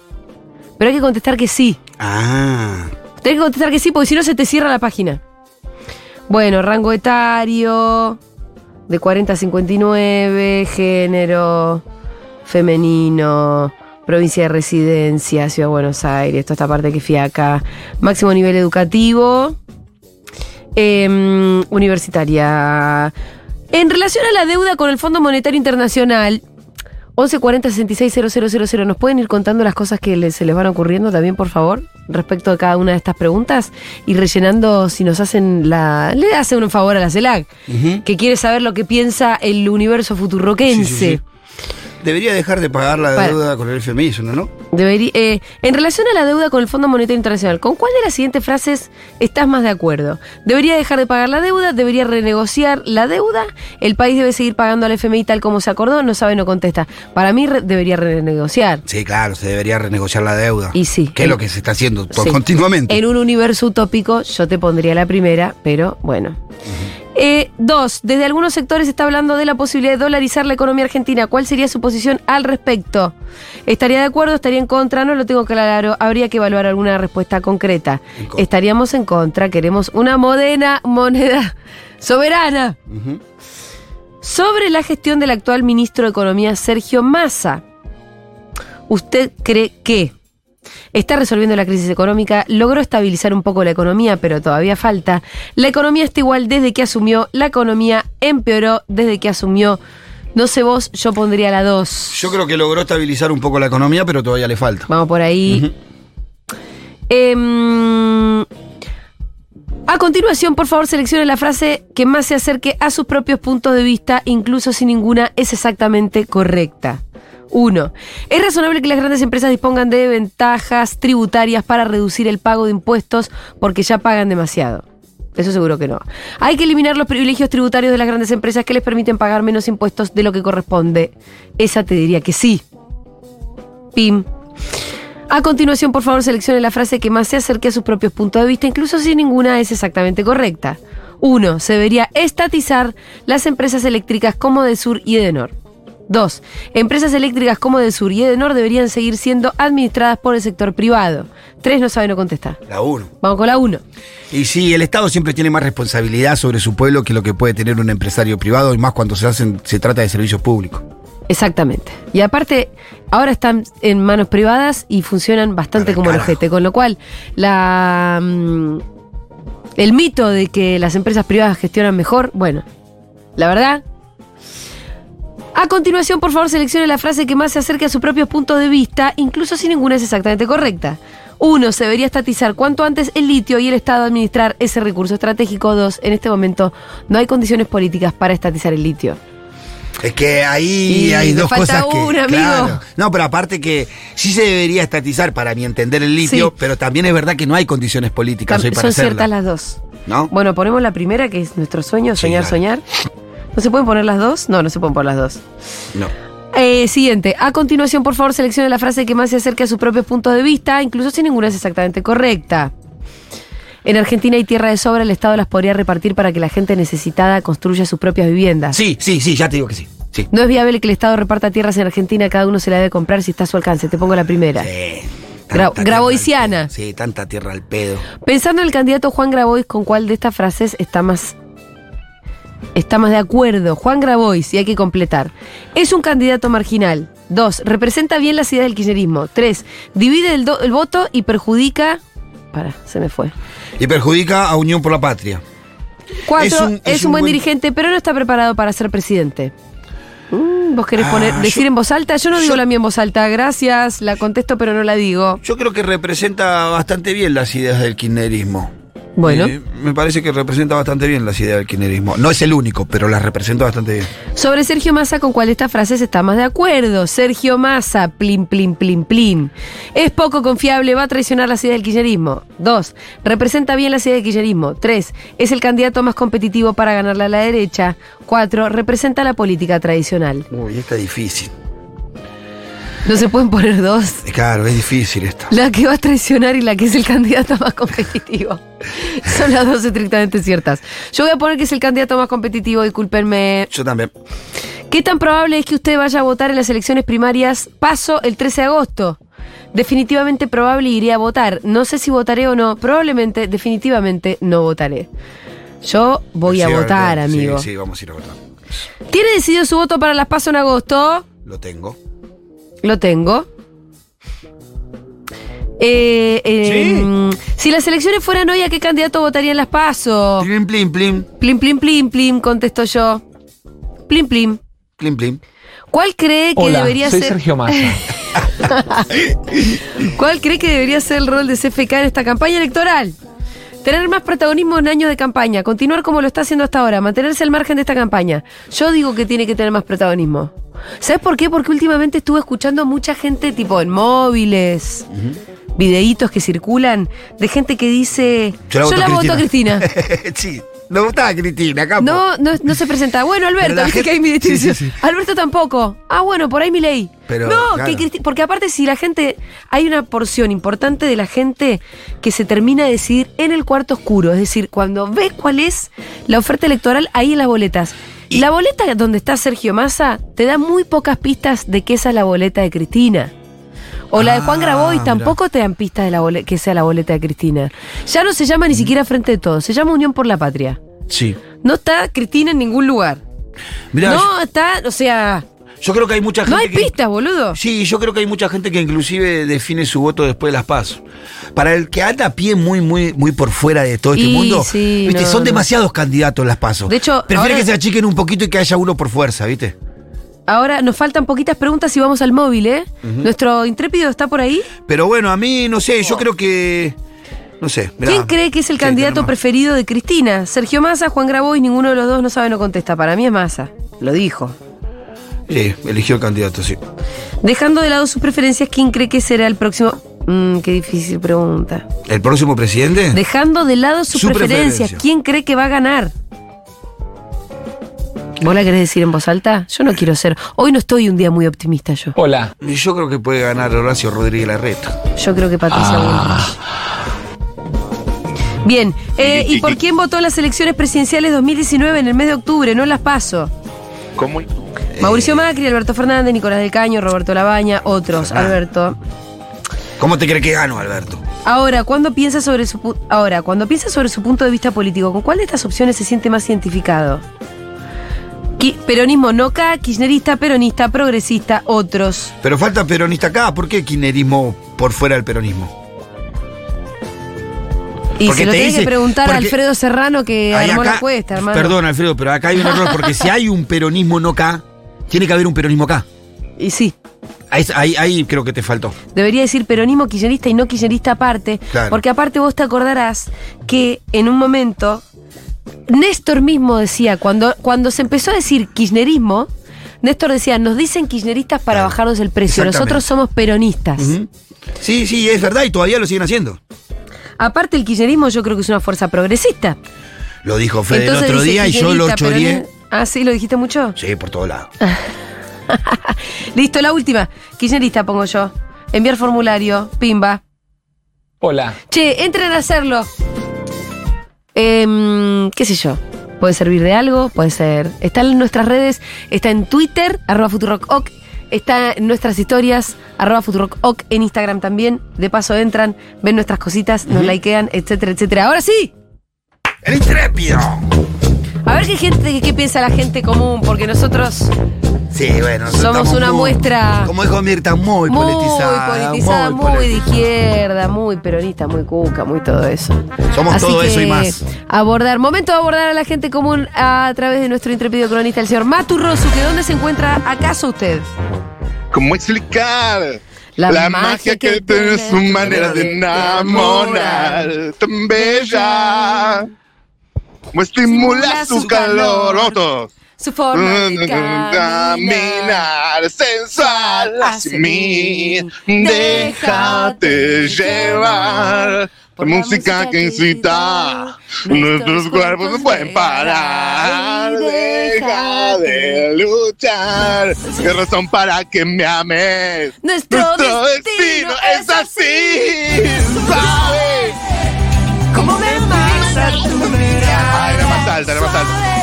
Speaker 1: Pero hay que contestar que sí.
Speaker 2: Ah.
Speaker 1: Tenés que contestar que sí, porque si no se te cierra la página. Bueno, rango etario, de 40 a 59, género, femenino, provincia de residencia, Ciudad de Buenos Aires, toda esta parte que fiaca, máximo nivel educativo, em, universitaria. En relación a la deuda con el Fondo Monetario Internacional, 1140-660000. ¿Nos pueden ir contando las cosas que le- se les van ocurriendo también, por favor? Respecto a cada una de estas preguntas y rellenando si nos hacen la. Le hacen un favor a la CELAC,
Speaker 2: Ujú.
Speaker 1: que quiere saber lo que piensa el universo futurroquense.
Speaker 2: Sí, sí, sí. Debería dejar de pagar la
Speaker 1: Para.
Speaker 2: deuda con el FMI, eso, ¿no? ¿no?
Speaker 1: Deberí- eh, en relación a la deuda con el Fondo Monetario Internacional, ¿con cuál de las siguientes frases estás más de acuerdo? ¿Debería dejar de pagar la deuda? ¿Debería renegociar la deuda? ¿El país debe seguir pagando al FMI tal como se acordó? No sabe, no contesta. Para mí re- debería renegociar.
Speaker 2: Sí, claro, se debería renegociar la deuda.
Speaker 1: Y sí. Eh,
Speaker 2: Que es lo que se está haciendo por-
Speaker 1: Sí. Eh.
Speaker 2: continuamente.
Speaker 1: En un universo utópico, yo te pondría la primera, pero bueno. Eh, dos, desde algunos sectores se está hablando de la posibilidad de dolarizar la economía argentina. ¿Cuál sería su posición al respecto? ¿Estaría de acuerdo? ¿Estaría en contra? No lo tengo claro. Habría que evaluar alguna respuesta concreta.
Speaker 2: En contra.
Speaker 1: Estaríamos en contra. Queremos una modena moneda soberana.
Speaker 2: Ujú.
Speaker 1: Sobre la gestión del actual ministro de Economía, Sergio Massa, ¿usted cree que está resolviendo la crisis económica? ¿Logró estabilizar un poco la economía, pero todavía falta? La economía está igual desde que asumió, la economía empeoró desde que asumió. No sé vos, yo pondría la 2.
Speaker 2: Yo creo que logró estabilizar un poco la economía, pero todavía le falta.
Speaker 1: Vamos por ahí. Em, a continuación, por favor, seleccione la frase que más se acerque a sus propios puntos de vista, incluso si ninguna es exactamente correcta. 1. Es razonable que las grandes empresas dispongan de ventajas tributarias para reducir el pago de impuestos porque ya pagan demasiado. Eso seguro que no. Hay que eliminar los privilegios tributarios de las grandes empresas que les permiten pagar menos impuestos de lo que corresponde. Esa te diría que sí. Pim. A continuación, por favor, seleccione la frase que más se acerque a sus propios puntos de vista, incluso si ninguna es exactamente correcta. 1. Se debería estatizar las empresas eléctricas como de Sur y Edenor. 2. Empresas eléctricas como de Sur y Edenor deberían seguir siendo administradas por el sector privado. 3. No sabe, no contesta.
Speaker 2: La uno.
Speaker 1: Vamos con la 1.
Speaker 2: Y sí, el Estado siempre tiene más responsabilidad sobre su pueblo que lo que puede tener un empresario privado, y más cuando se, hacen, se trata de servicios públicos.
Speaker 1: Exactamente. Y aparte, ahora están en manos privadas y funcionan bastante
Speaker 2: Para el
Speaker 1: como el
Speaker 2: carajo.
Speaker 1: ojete, con lo cual la mm, el mito de que las empresas privadas gestionan mejor, bueno, la verdad. A continuación, por favor, seleccione la frase que más se acerque a sus propios puntos de vista, incluso si ninguna es exactamente correcta. Uno, se debería estatizar cuanto antes el litio y el Estado administrar ese recurso estratégico. Dos, en este momento no hay condiciones políticas para estatizar el litio.
Speaker 2: Es que ahí
Speaker 1: Y
Speaker 2: hay
Speaker 1: me
Speaker 2: dos
Speaker 1: falta
Speaker 2: cosas que.
Speaker 1: una, amigo.
Speaker 2: No, pero aparte que sí se debería estatizar para mi entender el litio,
Speaker 1: Sí.
Speaker 2: pero también es verdad que no hay condiciones políticas hoy
Speaker 1: Tam-
Speaker 2: para
Speaker 1: Son ciertas
Speaker 2: hacerla.
Speaker 1: las dos.
Speaker 2: ¿No?
Speaker 1: Bueno, ponemos la primera, que es nuestro sueño,
Speaker 2: Sí,
Speaker 1: soñar,
Speaker 2: dale.
Speaker 1: soñar. ¿No se pueden poner las dos? No, no se pueden poner las dos.
Speaker 2: No.
Speaker 1: Eh, siguiente. A continuación, por favor, seleccione la frase que más se acerque a sus propios puntos de vista, incluso si ninguna es exactamente correcta. En Argentina hay tierra de sobra, el Estado las podría repartir para que la gente necesitada construya sus propias viviendas.
Speaker 2: Sí, sí, sí, ya te digo que sí. Sí.
Speaker 1: No es viable que el Estado reparta tierras en Argentina, cada uno se la debe comprar si está a su alcance. Te pongo la primera.
Speaker 2: Sí,
Speaker 1: Gra-
Speaker 2: tanta
Speaker 1: Graboisiana.
Speaker 2: tierra al pedo. Sí, tanta tierra al pedo.
Speaker 1: Pensando en el candidato Juan Grabois, ¿con cuál de estas frases está más está más de acuerdo? Juan Grabois, y hay que completar. Es un candidato marginal. Dos, representa bien las ideas del kirchnerismo. Tres, divide el, do- el voto y perjudica... Para, se me fue.
Speaker 2: Y perjudica a Unión por la Patria.
Speaker 1: Cuatro, es
Speaker 2: Es
Speaker 1: un,
Speaker 2: un- es un
Speaker 1: buen,
Speaker 2: buen-
Speaker 1: dirigente, pero no está preparado para ser presidente. Mm, ¿Vos querés
Speaker 2: Ah,
Speaker 1: poner,
Speaker 2: yo-
Speaker 1: decir en voz alta? Yo no digo
Speaker 2: yo-
Speaker 1: la mía en voz alta, gracias, la contesto pero no la digo.
Speaker 2: Yo creo que representa bastante bien las ideas del kirchnerismo.
Speaker 1: Bueno.
Speaker 2: Eh, me parece que representa bastante bien las ideas del kirchnerismo. No es el único, pero las representa bastante bien.
Speaker 1: Sobre Sergio Massa, ¿con cuál de estas frases está más de acuerdo? Sergio Massa, plin, plin, plin, plin. Es poco confiable, va a traicionar las ideas del kirchnerismo. Dos, representa bien las ideas del kirchnerismo. Tres, es el candidato más competitivo para ganarle a la derecha. Cuatro, representa la política tradicional.
Speaker 2: Uy, esta es difícil.
Speaker 1: No se pueden poner dos.
Speaker 2: Eh, Claro, es difícil esta.
Speaker 1: La que va a traicionar y la que es el candidato más competitivo. Son las dos estrictamente ciertas. Yo voy a poner que es el candidato más competitivo, discúlpenme.
Speaker 2: Yo también.
Speaker 1: ¿Qué tan probable es que usted vaya a votar en las elecciones primarias paso el 13 de agosto? Definitivamente probable iré a votar. No sé si votaré o no. Probablemente, definitivamente no votaré. Yo voy a
Speaker 2: Sí,
Speaker 1: votar,
Speaker 2: sí,
Speaker 1: amigo.
Speaker 2: Sí, vamos a ir a votar.
Speaker 1: ¿Tiene decidido su voto para las paso en agosto?
Speaker 2: Lo tengo.
Speaker 1: Lo tengo. Eh, eh, Si las elecciones fueran hoy, ¿a qué candidato votarían las PASO?
Speaker 2: Plim, plim, plim.
Speaker 1: Plim, plim, plim, plim, contesto yo. Plim, plim.
Speaker 2: Plim, plim.
Speaker 1: ¿Cuál cree que
Speaker 3: Hola,
Speaker 1: debería
Speaker 3: soy
Speaker 1: ser
Speaker 3: Sergio Massa.
Speaker 1: ¿Cuál cree que debería ser el rol de CFK en esta campaña electoral? Tener más protagonismo en años de campaña, continuar como lo está haciendo hasta ahora, mantenerse al margen de esta campaña. Yo digo que tiene que tener más protagonismo. ¿Sabes por qué? Porque últimamente estuve escuchando mucha gente tipo en móviles, videitos que circulan, de gente que dice, yo la voto, a Cristina.
Speaker 2: sí, no votaba a Cristina, capo.
Speaker 1: No, no, no se presenta. Bueno, Alberto,
Speaker 2: Pero la
Speaker 1: viste
Speaker 2: gente-
Speaker 1: que hay mi
Speaker 2: sí, sí, sí.
Speaker 1: Alberto tampoco. Ah, bueno, por ahí mi ley.
Speaker 2: Pero,
Speaker 1: no,
Speaker 2: claro.
Speaker 1: que Cristi- porque aparte si la gente, hay una porción importante de la gente que se termina de decidir en el cuarto oscuro, es decir, cuando ve cuál es la oferta electoral ahí en las boletas. Y la boleta donde está Sergio Massa te da muy pocas pistas de que esa es la boleta de Cristina. O la de Juan
Speaker 2: Ah,
Speaker 1: Grabois
Speaker 2: mirá.
Speaker 1: tampoco te dan pistas de la bole- que sea la boleta de Cristina. Ya no se llama
Speaker 2: Mm.
Speaker 1: ni siquiera Frente de Todos, se llama Unión por la Patria.
Speaker 2: Sí.
Speaker 1: No está Cristina en ningún lugar.
Speaker 2: Mirá,
Speaker 1: no está, o sea,
Speaker 2: yo, yo creo que hay mucha gente.
Speaker 1: no hay
Speaker 2: que-
Speaker 1: pistas, boludo.
Speaker 2: Sí, yo creo que hay mucha gente que inclusive define su voto después de las PASO. Para el que anda a pie muy, muy, muy por fuera de todo este
Speaker 1: Y
Speaker 2: mundo,
Speaker 1: sí,
Speaker 2: ¿viste?
Speaker 1: no,
Speaker 2: son
Speaker 1: no.
Speaker 2: demasiados candidatos las PASO.
Speaker 1: De hecho,
Speaker 2: prefiere
Speaker 1: ahora-
Speaker 2: que se achiquen un poquito y que haya uno por fuerza, ¿viste?
Speaker 1: Ahora nos faltan poquitas preguntas y vamos al móvil, ¿eh? Nuestro intrépido está por ahí.
Speaker 2: Pero bueno, a mí, no sé, yo creo que. No sé. mirá.
Speaker 1: ¿Quién cree que es el
Speaker 2: Sí,
Speaker 1: candidato
Speaker 2: tenemos-
Speaker 1: preferido de Cristina? Sergio Massa, Juan Grabois, ninguno de los dos no sabe, no contesta. Para mí es Massa. Lo dijo.
Speaker 2: Sí, eligió el candidato, sí.
Speaker 1: Dejando de lado sus preferencias, ¿quién cree que será el próximo? Mmm, qué difícil pregunta.
Speaker 2: ¿El próximo presidente?
Speaker 1: Dejando de lado sus
Speaker 2: Eh. Su
Speaker 1: preferencias,
Speaker 2: preferencia.
Speaker 1: ¿quién cree que va a ganar? ¿Vos la querés decir en voz alta? Yo no quiero ser. Hoy no estoy un día muy optimista yo.
Speaker 3: Hola.
Speaker 2: Yo creo que puede ganar Horacio Rodríguez Larreta.
Speaker 1: Yo creo que Patricia
Speaker 2: Ah.
Speaker 1: Bullrich. Bien, eh, ¿y por quién votó en las elecciones presidenciales 2019 en el mes de octubre? No las paso.
Speaker 5: ¿Cómo?
Speaker 2: Eh.
Speaker 1: Mauricio Macri, Alberto Fernández, Nicolás del Caño, Roberto Labaña, otros,
Speaker 2: Ah.
Speaker 1: Alberto.
Speaker 2: ¿Cómo te crees que gano, Alberto?
Speaker 1: Ahora, cuando piensa sobre su pu- ahora, cuando piensa sobre su punto de vista político, ¿con cuál de estas opciones se siente más identificado? Ki- peronismo noca, kirchnerista, peronista, progresista, otros.
Speaker 2: Pero falta peronista acá. ¿Por qué kirchnerismo por fuera del peronismo?
Speaker 1: Y
Speaker 2: Porque
Speaker 1: se lo
Speaker 2: te
Speaker 1: tiene que
Speaker 2: dice-
Speaker 1: preguntar a
Speaker 2: porque-
Speaker 1: Alfredo Serrano que
Speaker 2: Ahí
Speaker 1: armó
Speaker 2: acá-
Speaker 1: la encuesta, hermano.
Speaker 2: Ah. Perdón, Alfredo, pero acá hay un error. Porque si hay un peronismo no acá, tiene que haber un peronismo acá.
Speaker 1: Y sí.
Speaker 2: Ahí, ahí- ahí creo que te faltó.
Speaker 1: Debería decir peronismo kirchnerista y no kirchnerista aparte,
Speaker 2: Claro.
Speaker 1: porque aparte vos te acordarás que en un momento Néstor mismo decía, cuando, cuando se empezó a decir kirchnerismo, Néstor decía, nos dicen kirchneristas para
Speaker 2: Claro.
Speaker 1: bajarnos el precio,
Speaker 2: Exactamente.
Speaker 1: nosotros somos peronistas.
Speaker 2: Ujú. Sí, sí, es verdad y todavía lo siguen haciendo.
Speaker 1: Aparte el kirchnerismo yo creo que es una fuerza progresista.
Speaker 2: Lo dijo Fede
Speaker 1: Entonces
Speaker 2: el otro
Speaker 1: dice
Speaker 2: día y yo lo
Speaker 1: kirchnerista,
Speaker 2: choreé.
Speaker 1: peroni- Ah, sí, lo dijiste mucho.
Speaker 2: Sí, por todos lados.
Speaker 1: Listo, la última. Kirchnerista pongo yo. Enviar formulario, pimba.
Speaker 3: Hola.
Speaker 1: Che, entren a hacerlo. Em, ¿Qué sé yo? Puede servir de algo, puede ser. Está en nuestras redes, está en Twitter, arroba Futurock, está en nuestras historias, arroba Futurock, en Instagram también. De paso entran, ven nuestras cositas, nos likean, etcétera, etcétera. Ahora sí,
Speaker 2: ¡El intrépido!
Speaker 1: a ver qué gente, qué piensa la gente común, porque nosotros
Speaker 2: Sí, bueno.
Speaker 1: Somos
Speaker 2: estamos
Speaker 1: una
Speaker 2: muy-
Speaker 1: muestra-
Speaker 2: Como dijo Mirta, muy,
Speaker 1: muy
Speaker 2: politizada.
Speaker 1: politizada, muy, de
Speaker 2: politizada.
Speaker 1: izquierda, muy peronista, muy cuca, muy todo eso.
Speaker 2: Somos todo eso y más.
Speaker 1: Abordar, momento de abordar a la gente común a través de nuestro intrépido cronista, el señor Matu Rosu, que dónde se encuentra acaso usted.
Speaker 5: ¿Cómo explicar?
Speaker 1: La,
Speaker 3: La magia que tiene su manera de enamorar, tan bella. Como estimula su calor. Vamos todos.
Speaker 1: Su forma de caminar.
Speaker 3: Caminar sensual hacia mí. Déjate llevar. La música que incita. Nuestros cuerpos no pueden parar. Deja de luchar. ¿Qué razón para que me ames?
Speaker 1: Nuestro destino es así.
Speaker 3: ¿Sabes?
Speaker 1: ¿Cómo me amas a tu
Speaker 3: Ay, era más alta, era más alta. ¿Sabes?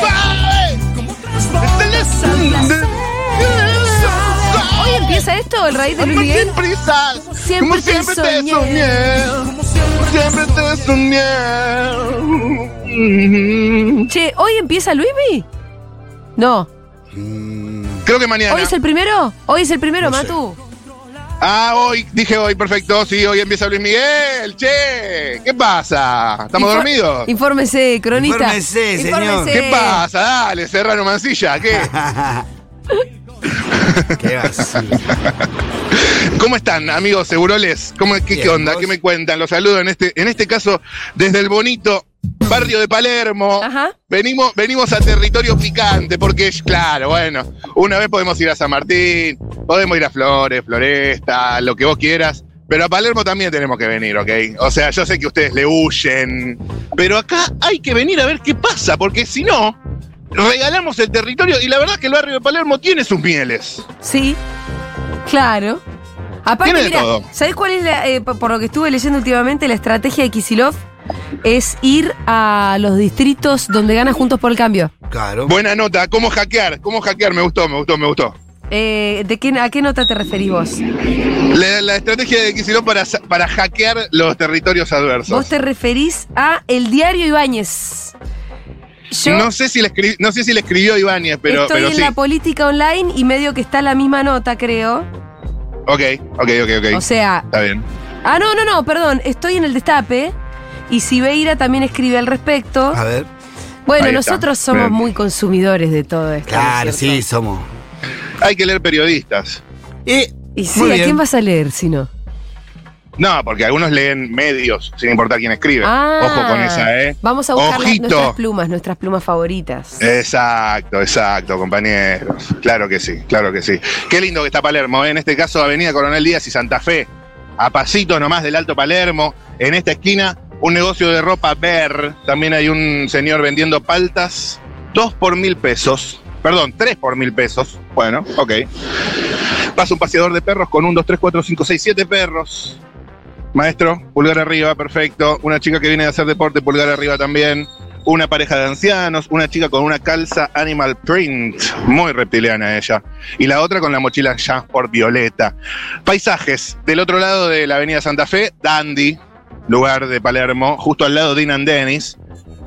Speaker 1: Hoy empieza esto, el raíz de Luis
Speaker 3: Como
Speaker 1: Miguel.
Speaker 3: sin prisas,
Speaker 1: Siempre
Speaker 3: como
Speaker 1: te
Speaker 3: siempre te
Speaker 1: soñé.
Speaker 3: soñé, siempre te soñé.
Speaker 1: Che, ¿hoy empieza Luismi? No.
Speaker 3: Creo que mañana.
Speaker 1: ¿Hoy es el primero? ¿Hoy es el primero,
Speaker 2: No sé.
Speaker 1: Matu?
Speaker 3: Ah, hoy, dije hoy, perfecto. Sí, hoy empieza Luis Miguel. Che, ¿qué pasa? ¿Estamos
Speaker 1: Infor-
Speaker 3: dormidos?
Speaker 1: Infórmese, cronista.
Speaker 2: Infórmese, señor.
Speaker 3: ¿Qué pasa? Dale, Serrano Mancilla, ¿qué?
Speaker 2: Qué basura.
Speaker 3: ¿Cómo están, amigos seguroles? ¿Cómo, qué,
Speaker 2: Bien,
Speaker 3: qué onda?
Speaker 2: ¿vos?
Speaker 3: ¿Qué me cuentan? Los saludo en este, en este caso desde el bonito barrio de Palermo.
Speaker 1: Ajá.
Speaker 3: Venimos, venimos a territorio picante, porque claro, bueno, una vez podemos ir a San Martín, podemos ir a Flores, Floresta, lo que vos quieras. Pero a Palermo también tenemos que venir, ¿ok? O sea, yo sé que ustedes le huyen, pero acá hay que venir a ver qué pasa, porque si no, regalamos el territorio y la verdad es que el barrio de Palermo tiene sus mieles.
Speaker 1: Sí, claro. Aparte,
Speaker 3: Tiene de
Speaker 1: mira,
Speaker 3: todo.
Speaker 1: ¿sabés cuál es la, eh, por por lo que estuve leyendo últimamente, la estrategia de Kisilov? Es ir a los distritos donde gana Juntos por el Cambio.
Speaker 2: Claro.
Speaker 3: Buena nota, ¿cómo hackear? ¿Cómo hackear? Me gustó, me gustó, me gustó.
Speaker 1: Eh, ¿de qué, ¿A qué nota te referís vos?
Speaker 3: La, la estrategia de Kicillof para, sa- para hackear los territorios adversos.
Speaker 1: Vos te referís a El Diario Ibáñez. Yo
Speaker 3: No sé si le, escri- no sé si le escribió Ibáñez, pero,
Speaker 1: estoy
Speaker 3: pero
Speaker 1: en
Speaker 3: sí.
Speaker 1: la política online y medio que está la misma nota, creo.
Speaker 3: Ok, ok, ok, ok.
Speaker 1: O sea,
Speaker 3: Está bien.
Speaker 1: ah, no, no, no, perdón, estoy en el destape. Y Sibeira también escribe al respecto.
Speaker 2: A ver.
Speaker 1: Bueno,
Speaker 3: Ahí está.
Speaker 1: nosotros somos
Speaker 3: Bien.
Speaker 1: muy consumidores de todo esto. ¿no es
Speaker 2: Claro,
Speaker 1: cierto?
Speaker 2: sí, somos.
Speaker 3: Hay que leer periodistas.
Speaker 2: Y,
Speaker 1: Y sí,
Speaker 2: muy
Speaker 1: ¿a
Speaker 2: bien.
Speaker 1: quién vas a leer si no?
Speaker 3: No, porque algunos leen medios, sin importar quién escribe.
Speaker 1: Ah.
Speaker 3: Ojo con esa, ¿eh?
Speaker 1: Vamos a buscar las-
Speaker 3: Ojito.
Speaker 1: nuestras plumas, nuestras plumas favoritas.
Speaker 3: Exacto, exacto, compañeros. Claro que sí, claro que sí. Qué lindo que está Palermo, ¿eh? en este caso Avenida Coronel Díaz y Santa Fe, a pasitos nomás del Alto Palermo, en esta esquina, un negocio de ropa Ver, también hay un señor vendiendo paltas, dos por mil pesos, perdón, tres por mil pesos, bueno, ok. Pasa un paseador de perros con un, dos, tres, cuatro, cinco, seis, siete perros. Maestro, pulgar arriba, perfecto. Una chica que viene de hacer deporte, pulgar arriba también una pareja de ancianos, una chica con una calza animal print, muy reptiliana ella, y la otra con la mochila Jansport violeta. Paisajes, del otro lado de la avenida Santa Fe, Dandy, lugar de Palermo, justo al lado de Inan Dennis,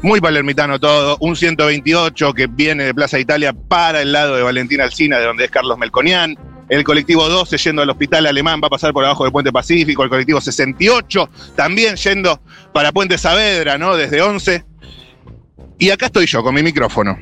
Speaker 3: muy palermitano todo, un 128 que viene de Plaza Italia para el lado de Valentín Alcina, de donde es Carlos Melconian. El colectivo 12 yendo al hospital alemán va a pasar por abajo del puente Pacífico. El colectivo 68 también yendo para Puente Saavedra, ¿no? Desde 11. Y acá estoy yo con mi micrófono.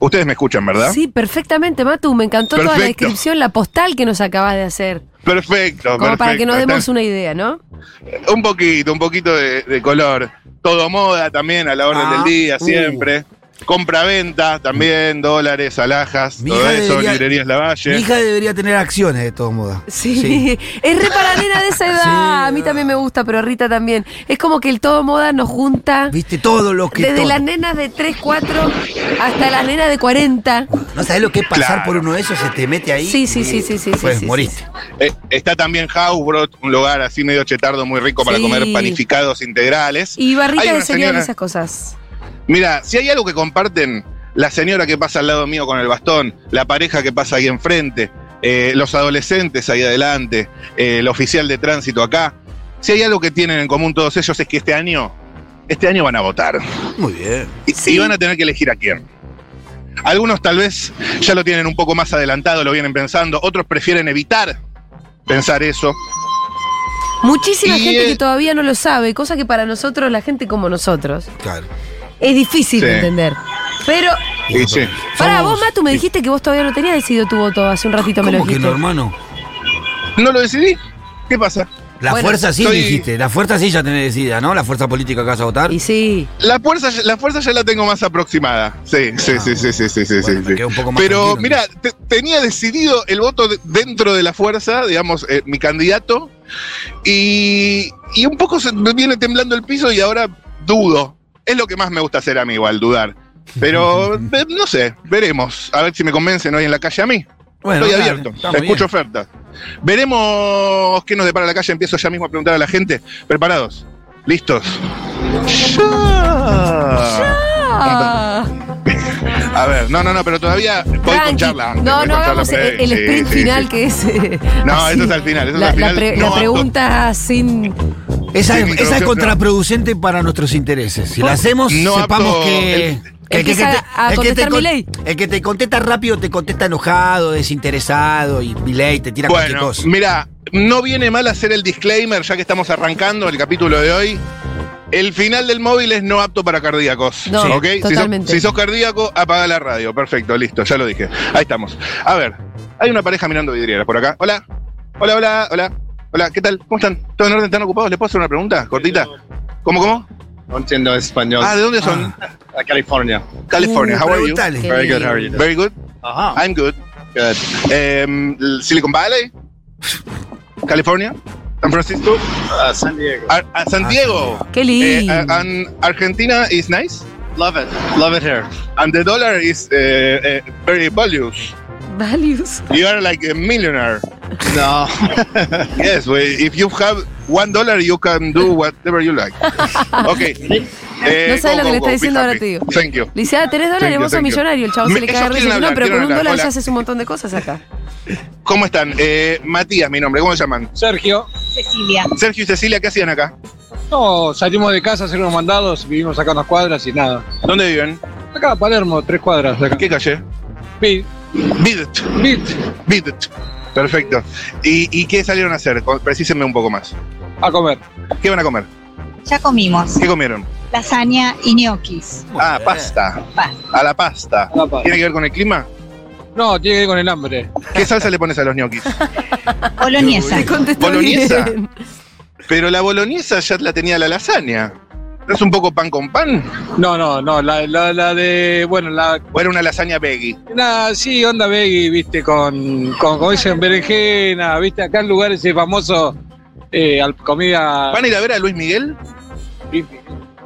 Speaker 3: Ustedes me escuchan, ¿verdad?
Speaker 1: Sí, perfectamente, Matu. Me encantó toda la
Speaker 3: Perfecto.
Speaker 1: descripción, la postal que nos acabas de hacer.
Speaker 3: Perfecto,
Speaker 1: Como para que nos
Speaker 3: perfecto.
Speaker 1: demos una idea, ¿no?
Speaker 3: Está- Un poquito, un poquito de, de color. Todo moda también a la orden
Speaker 2: Ah,
Speaker 3: del día,
Speaker 2: uh.
Speaker 3: siempre. Compra-venta también, dólares, alhajas,
Speaker 2: Mi
Speaker 3: todo
Speaker 2: hija
Speaker 3: eso,
Speaker 2: debería-
Speaker 3: librerías
Speaker 2: Mi
Speaker 3: Lavalle.
Speaker 2: hija debería tener acciones de todos modos.
Speaker 1: Sí. Es re para nena de esa edad. a mí también me gusta, pero Rita también. Es como que el todo moda nos junta.
Speaker 2: Viste todo lo que.
Speaker 1: Desde
Speaker 2: todo.
Speaker 1: las nenas de 3, 4 hasta las nenas de 40.
Speaker 2: ¿No sabes lo que es pasar
Speaker 3: Claro.
Speaker 2: por uno de esos? Se te mete ahí.
Speaker 1: Sí, sí, sí, sí, sí, sí,
Speaker 2: Pues
Speaker 1: sí,
Speaker 2: moriste.
Speaker 3: Eh, está también Hausbrot, un lugar así medio chetardo, muy rico para
Speaker 1: Sí.
Speaker 3: comer panificados integrales.
Speaker 1: Y
Speaker 3: Hay
Speaker 1: barrita de
Speaker 3: una
Speaker 1: cereal y
Speaker 3: señora-
Speaker 1: esas cosas.
Speaker 3: Mira, si hay algo que comparten la señora que pasa al lado mío con el bastón, la pareja que pasa ahí enfrente, eh, los adolescentes ahí adelante, eh, el oficial de tránsito acá, si hay algo que tienen en común todos ellos es que este año, este año van a votar
Speaker 2: Muy bien.
Speaker 3: y,
Speaker 1: Sí.
Speaker 3: y van a tener que elegir a quién. Algunos tal vez ya lo tienen un poco más adelantado, lo vienen pensando, otros prefieren evitar pensar eso.
Speaker 1: Muchísima
Speaker 3: Y,
Speaker 1: gente
Speaker 3: eh,
Speaker 1: que todavía no lo sabe, cosa que para nosotros, la gente como nosotros,
Speaker 2: Claro.
Speaker 1: es difícil
Speaker 3: Sí.
Speaker 1: de entender. Pero,
Speaker 3: Y sí.
Speaker 1: para
Speaker 2: Somos-
Speaker 1: vos, Matu, me dijiste que vos todavía no tenías decidido tu voto hace un ratito, me lo
Speaker 2: ¿Cómo que
Speaker 1: dijiste.
Speaker 2: no, hermano?
Speaker 3: No lo decidí. ¿Qué pasa?
Speaker 2: La
Speaker 1: Bueno,
Speaker 2: fuerza sí
Speaker 3: estoy-
Speaker 2: dijiste, la fuerza sí ya tenés decidida, ¿no? La fuerza política que vas a votar.
Speaker 1: Y sí,
Speaker 3: La fuerza, la fuerza ya la tengo más aproximada. Sí, sí, sí, sí, sí, sí, sí,
Speaker 2: Bueno,
Speaker 3: sí,
Speaker 2: me
Speaker 3: sí.
Speaker 2: quedo un poco más
Speaker 3: Pero
Speaker 2: tranquilo,
Speaker 3: mira, te- tenía decidido el voto de- dentro de la fuerza, digamos, eh, mi candidato, y, y un poco se me viene temblando el piso y ahora dudo. Es lo que más me gusta hacer a mí igual, dudar. Pero eh, no sé, veremos. A ver si me convencen hoy en la calle a mí.
Speaker 2: Bueno,
Speaker 3: Estoy
Speaker 2: dale,
Speaker 3: abierto,
Speaker 2: está muy
Speaker 3: escucho
Speaker 2: bien.
Speaker 3: ofertas. Veremos qué nos depara la calle. Empiezo ya mismo a preguntar a la gente. ¿Preparados? ¿Listos? ¡Ya!
Speaker 1: Ah,
Speaker 3: A ver, no, no, no, pero todavía voy
Speaker 1: tranqui.
Speaker 3: con charla. antes,
Speaker 1: No,
Speaker 3: voy
Speaker 1: no
Speaker 3: con charla
Speaker 1: hagamos el,
Speaker 3: previa.
Speaker 1: el
Speaker 3: Sí,
Speaker 1: sprint
Speaker 3: sí,
Speaker 1: final
Speaker 3: sí.
Speaker 1: que es. eh,
Speaker 3: No,
Speaker 1: así.
Speaker 3: eso es al final, eso es
Speaker 1: la,
Speaker 3: al
Speaker 1: la
Speaker 3: final.
Speaker 1: pre-
Speaker 3: No,
Speaker 1: la
Speaker 3: no.
Speaker 1: pregunta sin.
Speaker 2: Esa,
Speaker 3: Sí,
Speaker 2: es, esa es
Speaker 3: mi introducción,
Speaker 2: contraproducente para nuestros intereses. Si la hacemos,
Speaker 3: No
Speaker 2: sepamos
Speaker 3: apto-
Speaker 2: que.
Speaker 3: el-
Speaker 2: que que
Speaker 1: Empieza a
Speaker 2: el que
Speaker 1: contestar
Speaker 2: con-
Speaker 1: Milei.
Speaker 2: el que te contesta rápido te contesta enojado, desinteresado y mi te tira cualquier
Speaker 3: Bueno,
Speaker 2: cosa.
Speaker 3: mira, no viene mal hacer el disclaimer ya que estamos arrancando el capítulo de hoy. El final del móvil es no apto para cardíacos.
Speaker 1: No,
Speaker 3: ¿ok? Si sos-
Speaker 1: totalmente.
Speaker 3: Si sos, cardíaco, apaga la radio. Perfecto, listo, ya lo dije. Ahí estamos. A ver, hay una pareja mirando vidrieras por acá. Hola, hola, hola, hola. Hola, ¿qué tal? ¿Cómo están? ¿Todo en orden? ¿Están ocupados? ¿Les puedo hacer una pregunta cortita? ¿Cómo, cómo?
Speaker 5: No entiendo español.
Speaker 3: Ah, ¿de dónde son?
Speaker 5: Ah, California.
Speaker 3: California. How are you?
Speaker 2: Preguntale.
Speaker 1: Qué
Speaker 5: Very good,
Speaker 1: lindo.
Speaker 5: how are you? Uh-huh.
Speaker 3: Very good.
Speaker 5: Ajá.
Speaker 3: I'm good.
Speaker 5: Good.
Speaker 3: Em, Silicon Valley. California. San Francisco.
Speaker 5: Uh, San Diego.
Speaker 3: Ar- a San Diego.
Speaker 1: Qué
Speaker 3: Eh,
Speaker 1: lindo.
Speaker 3: a- and Argentina is nice,
Speaker 5: love it. Love it here.
Speaker 3: and the dollar is eh, eh, very values.
Speaker 1: Values.
Speaker 3: You are like a millionaire.
Speaker 5: No.
Speaker 3: Yes, well, if you have one dollar, you can do whatever you like. Okay. Eh,
Speaker 1: No sabe lo que le está
Speaker 3: be
Speaker 1: diciendo, ahora
Speaker 3: happy.
Speaker 1: te digo.
Speaker 3: Thank you.
Speaker 1: Le dice, ah, tenés
Speaker 3: Thank
Speaker 1: dólares,
Speaker 3: you,
Speaker 1: vos sos
Speaker 3: thank you.
Speaker 1: millonario. El chabón se
Speaker 3: Me-
Speaker 1: le
Speaker 3: ellos
Speaker 1: cae de risa.
Speaker 3: quieren
Speaker 1: Dice, No,
Speaker 3: hablar,
Speaker 1: pero con
Speaker 3: quieren
Speaker 1: un
Speaker 3: hablar.
Speaker 1: dólar ya
Speaker 3: Hola.
Speaker 1: haces un montón de cosas acá.
Speaker 3: ¿Cómo están? Eh, Matías, mi nombre. ¿Cómo se llaman?
Speaker 6: Sergio,
Speaker 7: Cecilia.
Speaker 3: Sergio y Cecilia, ¿qué hacían acá?
Speaker 6: no, salimos de casa a hacer unos mandados, vivimos acá unas cuadras y nada.
Speaker 3: ¿Dónde viven?
Speaker 6: Acá, Palermo, tres cuadras. de Acá.
Speaker 3: ¿Qué calle?
Speaker 6: Bit,
Speaker 3: Bidet.
Speaker 6: bit.
Speaker 3: Bidet. Perfecto. ¿Y, ¿Y qué salieron a hacer? Con- Precísenme un poco más.
Speaker 6: a comer.
Speaker 3: ¿Qué van a comer?
Speaker 7: Ya comimos
Speaker 3: ¿Qué comieron?
Speaker 7: lasaña y ñoquis.
Speaker 3: Ah, pasta.
Speaker 7: Pasta.
Speaker 3: A la pasta.
Speaker 6: a la paz.
Speaker 3: ¿Tiene que ver con el clima?
Speaker 6: No, tiene que ver con el hambre.
Speaker 3: ¿Qué salsa le pones a los ñoquis?
Speaker 7: Boloñesa.
Speaker 1: Te contestó
Speaker 3: Boloñesa.
Speaker 1: bien.
Speaker 3: Pero la boloñesa ya la tenía la lasaña. ¿No es un poco pan con pan?
Speaker 6: No, no, no, la, la, la de, bueno, la,
Speaker 3: ¿O era una lasaña veggie?
Speaker 6: la- sí, onda veggie, viste, con, con, como dicen, berenjena, viste, acá en lugar ese famoso, eh, al- comida...
Speaker 3: ¿Van a ir a ver a Luis Miguel?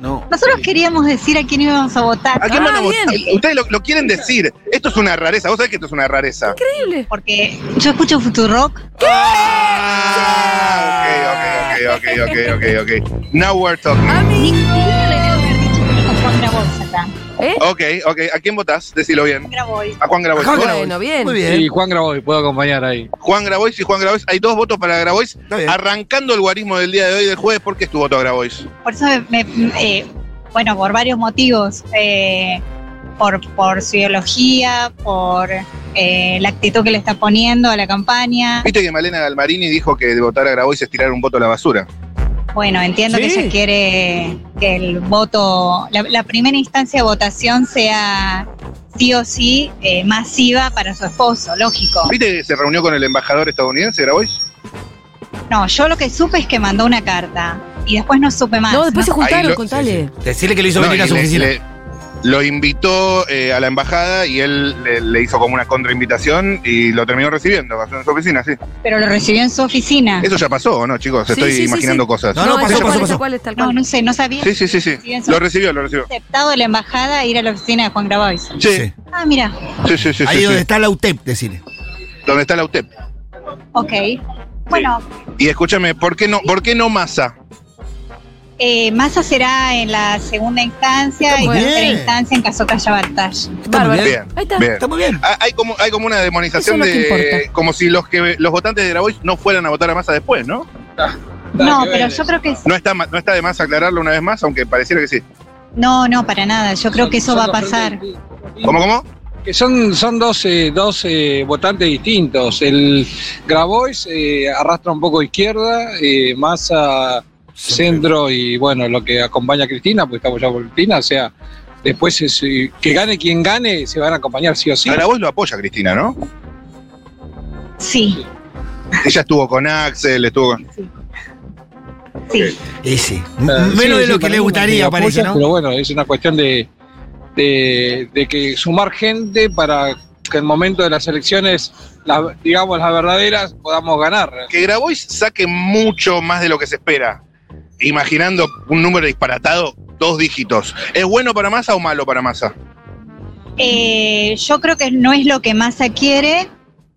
Speaker 2: No.
Speaker 7: Nosotros queríamos decir a quién íbamos a votar
Speaker 3: ¿A quién
Speaker 1: Ah,
Speaker 3: van a votar?
Speaker 1: bien.
Speaker 3: Ustedes lo, lo quieren decir. Esto es una rareza. Vos sabés que esto es una rareza.
Speaker 1: Increíble.
Speaker 7: porque yo escucho Futurock.
Speaker 3: Ah, ok, ok, ok, ok, ok, ok. Now we're talking.
Speaker 7: Ni-
Speaker 1: Amigo.
Speaker 7: ni idea le debo haber dicho que me compró un Grabois acá.
Speaker 1: ¿Eh?
Speaker 3: Ok, ok. ¿A quién votás? Decilo bien.
Speaker 7: Grabois.
Speaker 3: A Juan Grabois.
Speaker 2: Juan
Speaker 3: Bueno,
Speaker 1: Bueno, bien.
Speaker 2: Muy bien.
Speaker 6: Y Juan Grabois, puedo acompañar ahí.
Speaker 3: Juan Grabois y Juan Grabois. Hay dos votos para Grabois.
Speaker 2: Está bien.
Speaker 3: Arrancando el guarismo del día de hoy del jueves, ¿por qué es tu voto a Grabois?
Speaker 7: Por eso me, me- eh, bueno, por varios motivos. eh, por, por su ideología, por eh, la actitud que le está poniendo a la campaña.
Speaker 3: Viste que Malena Galmarini dijo que de votar a Grabois es tirar un voto a la basura.
Speaker 7: Bueno, entiendo que
Speaker 1: Sí.
Speaker 7: ella quiere que el voto, la, la primera instancia de votación sea sí o sí eh, masiva para su esposo, lógico.
Speaker 3: ¿Viste que se reunió con el embajador estadounidense Grabois?
Speaker 7: No, yo lo que supe es que mandó una carta y después no supe más.
Speaker 1: No, después se
Speaker 3: Ahí
Speaker 1: juntaron,
Speaker 3: lo-
Speaker 1: contale.
Speaker 2: Decirle que lo hizo
Speaker 3: No,
Speaker 2: venir a
Speaker 3: y
Speaker 2: su
Speaker 3: le-
Speaker 2: oficina.
Speaker 3: le- lo invitó eh, a la embajada y él le, le hizo como una contrainvitación y lo terminó recibiendo en su oficina, sí.
Speaker 7: Pero lo recibió en su oficina.
Speaker 3: Eso ya pasó, ¿o no, chicos?
Speaker 1: Sí,
Speaker 3: Estoy
Speaker 1: sí, sí,
Speaker 3: imaginando
Speaker 1: sí.
Speaker 3: cosas.
Speaker 2: No, no,
Speaker 1: es tal
Speaker 2: pasó, pasó,
Speaker 1: cual, es
Speaker 2: pasó.
Speaker 1: tal cual, es tal
Speaker 7: No,
Speaker 1: cual.
Speaker 7: no sé, no sabía.
Speaker 3: Sí, sí, sí, sí.
Speaker 7: Sí, en su-
Speaker 3: Lo recibió, lo recibió.
Speaker 7: Aceptado de la embajada ir a la oficina de Juan Grabois.
Speaker 3: Sí,
Speaker 7: Ah, mira,
Speaker 3: sí, sí, sí.
Speaker 2: Ahí
Speaker 3: sí,
Speaker 2: donde
Speaker 3: sí.
Speaker 2: está la UTEP, decirle.
Speaker 3: Donde está la UTEP.
Speaker 7: ok. Bueno,
Speaker 3: Y escúchame, ¿por qué no, por qué no masa?
Speaker 7: eh, Massa será en la segunda instancia y
Speaker 1: Muy
Speaker 2: bien.
Speaker 7: tercera instancia en caso que haya batalla.
Speaker 2: Está muy
Speaker 1: Bárbaro.
Speaker 2: bien.
Speaker 3: Bien,
Speaker 1: Ahí está.
Speaker 3: bien.
Speaker 2: Está muy bien.
Speaker 3: Ah, Hay como, hay como una demonización
Speaker 1: Eso es lo que
Speaker 3: de.
Speaker 1: importa.
Speaker 3: Como si los que los votantes de Grabois no fueran a votar a masa después, ¿no?
Speaker 7: No, pero yo creo que
Speaker 3: No está, ma- no está de más aclararlo una vez más, aunque pareciera que sí.
Speaker 7: No, no, para nada. Yo creo que eso va a pasar.
Speaker 3: ¿Cómo, cómo?
Speaker 6: Que son, son dos, eh, dos, eh, votantes distintos. El Grabois eh, arrastra un poco izquierda, eh, Massa centro y bueno, lo que acompaña a Cristina, pues estamos ya por Cristina, o sea, después es, eh, que gane quien gane, se van a acompañar sí o sí.
Speaker 3: A Grabois lo apoya Cristina, ¿no?
Speaker 7: Sí.
Speaker 3: Ella estuvo con Axel, estuvo con. Ah,
Speaker 7: Sí.
Speaker 2: Y sí.
Speaker 6: Eh,
Speaker 2: Menos
Speaker 6: sí,
Speaker 2: de
Speaker 6: sí,
Speaker 2: lo que
Speaker 6: para
Speaker 2: le
Speaker 6: mí
Speaker 2: gustaría,
Speaker 6: me apoyan,
Speaker 2: parece, ¿no?
Speaker 6: Pero bueno, es una cuestión de, de, de que sumar gente para que en el momento de las elecciones, las- digamos las verdaderas, podamos ganar.
Speaker 3: Que Grabois saque mucho más de lo que se espera, imaginando un número disparatado, dos dígitos. ¿Es bueno para Massa o malo para Massa?
Speaker 7: Eh, yo creo que no es lo que Massa quiere,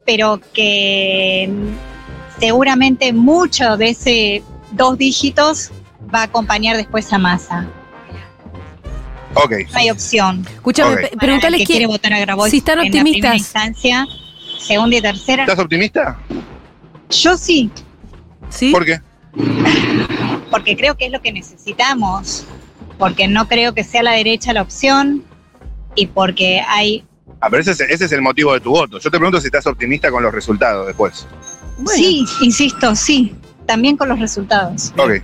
Speaker 7: pero que mm, seguramente mucho de ese dos dígitos va a acompañar después a Massa.
Speaker 3: Ok.
Speaker 7: No hay opción.
Speaker 1: Escuchame,
Speaker 3: Ok.
Speaker 1: pe-
Speaker 7: Para el
Speaker 1: preguntale
Speaker 7: que
Speaker 1: quién-
Speaker 7: quiere votar a Grabois
Speaker 1: si están
Speaker 7: en la primera
Speaker 1: optimistas.
Speaker 7: instancia, segunda y tercera.
Speaker 3: ¿Estás optimista?
Speaker 7: Yo sí,
Speaker 1: ¿Sí?
Speaker 3: ¿Por qué?
Speaker 7: porque creo que es lo que necesitamos, porque no creo que sea la derecha la opción y porque hay...
Speaker 3: Ah, pero ese es, ese es el motivo de tu voto. Yo te pregunto si estás optimista con los resultados después.
Speaker 1: Bueno.
Speaker 7: Sí, insisto, sí, también con los resultados.
Speaker 3: Ok.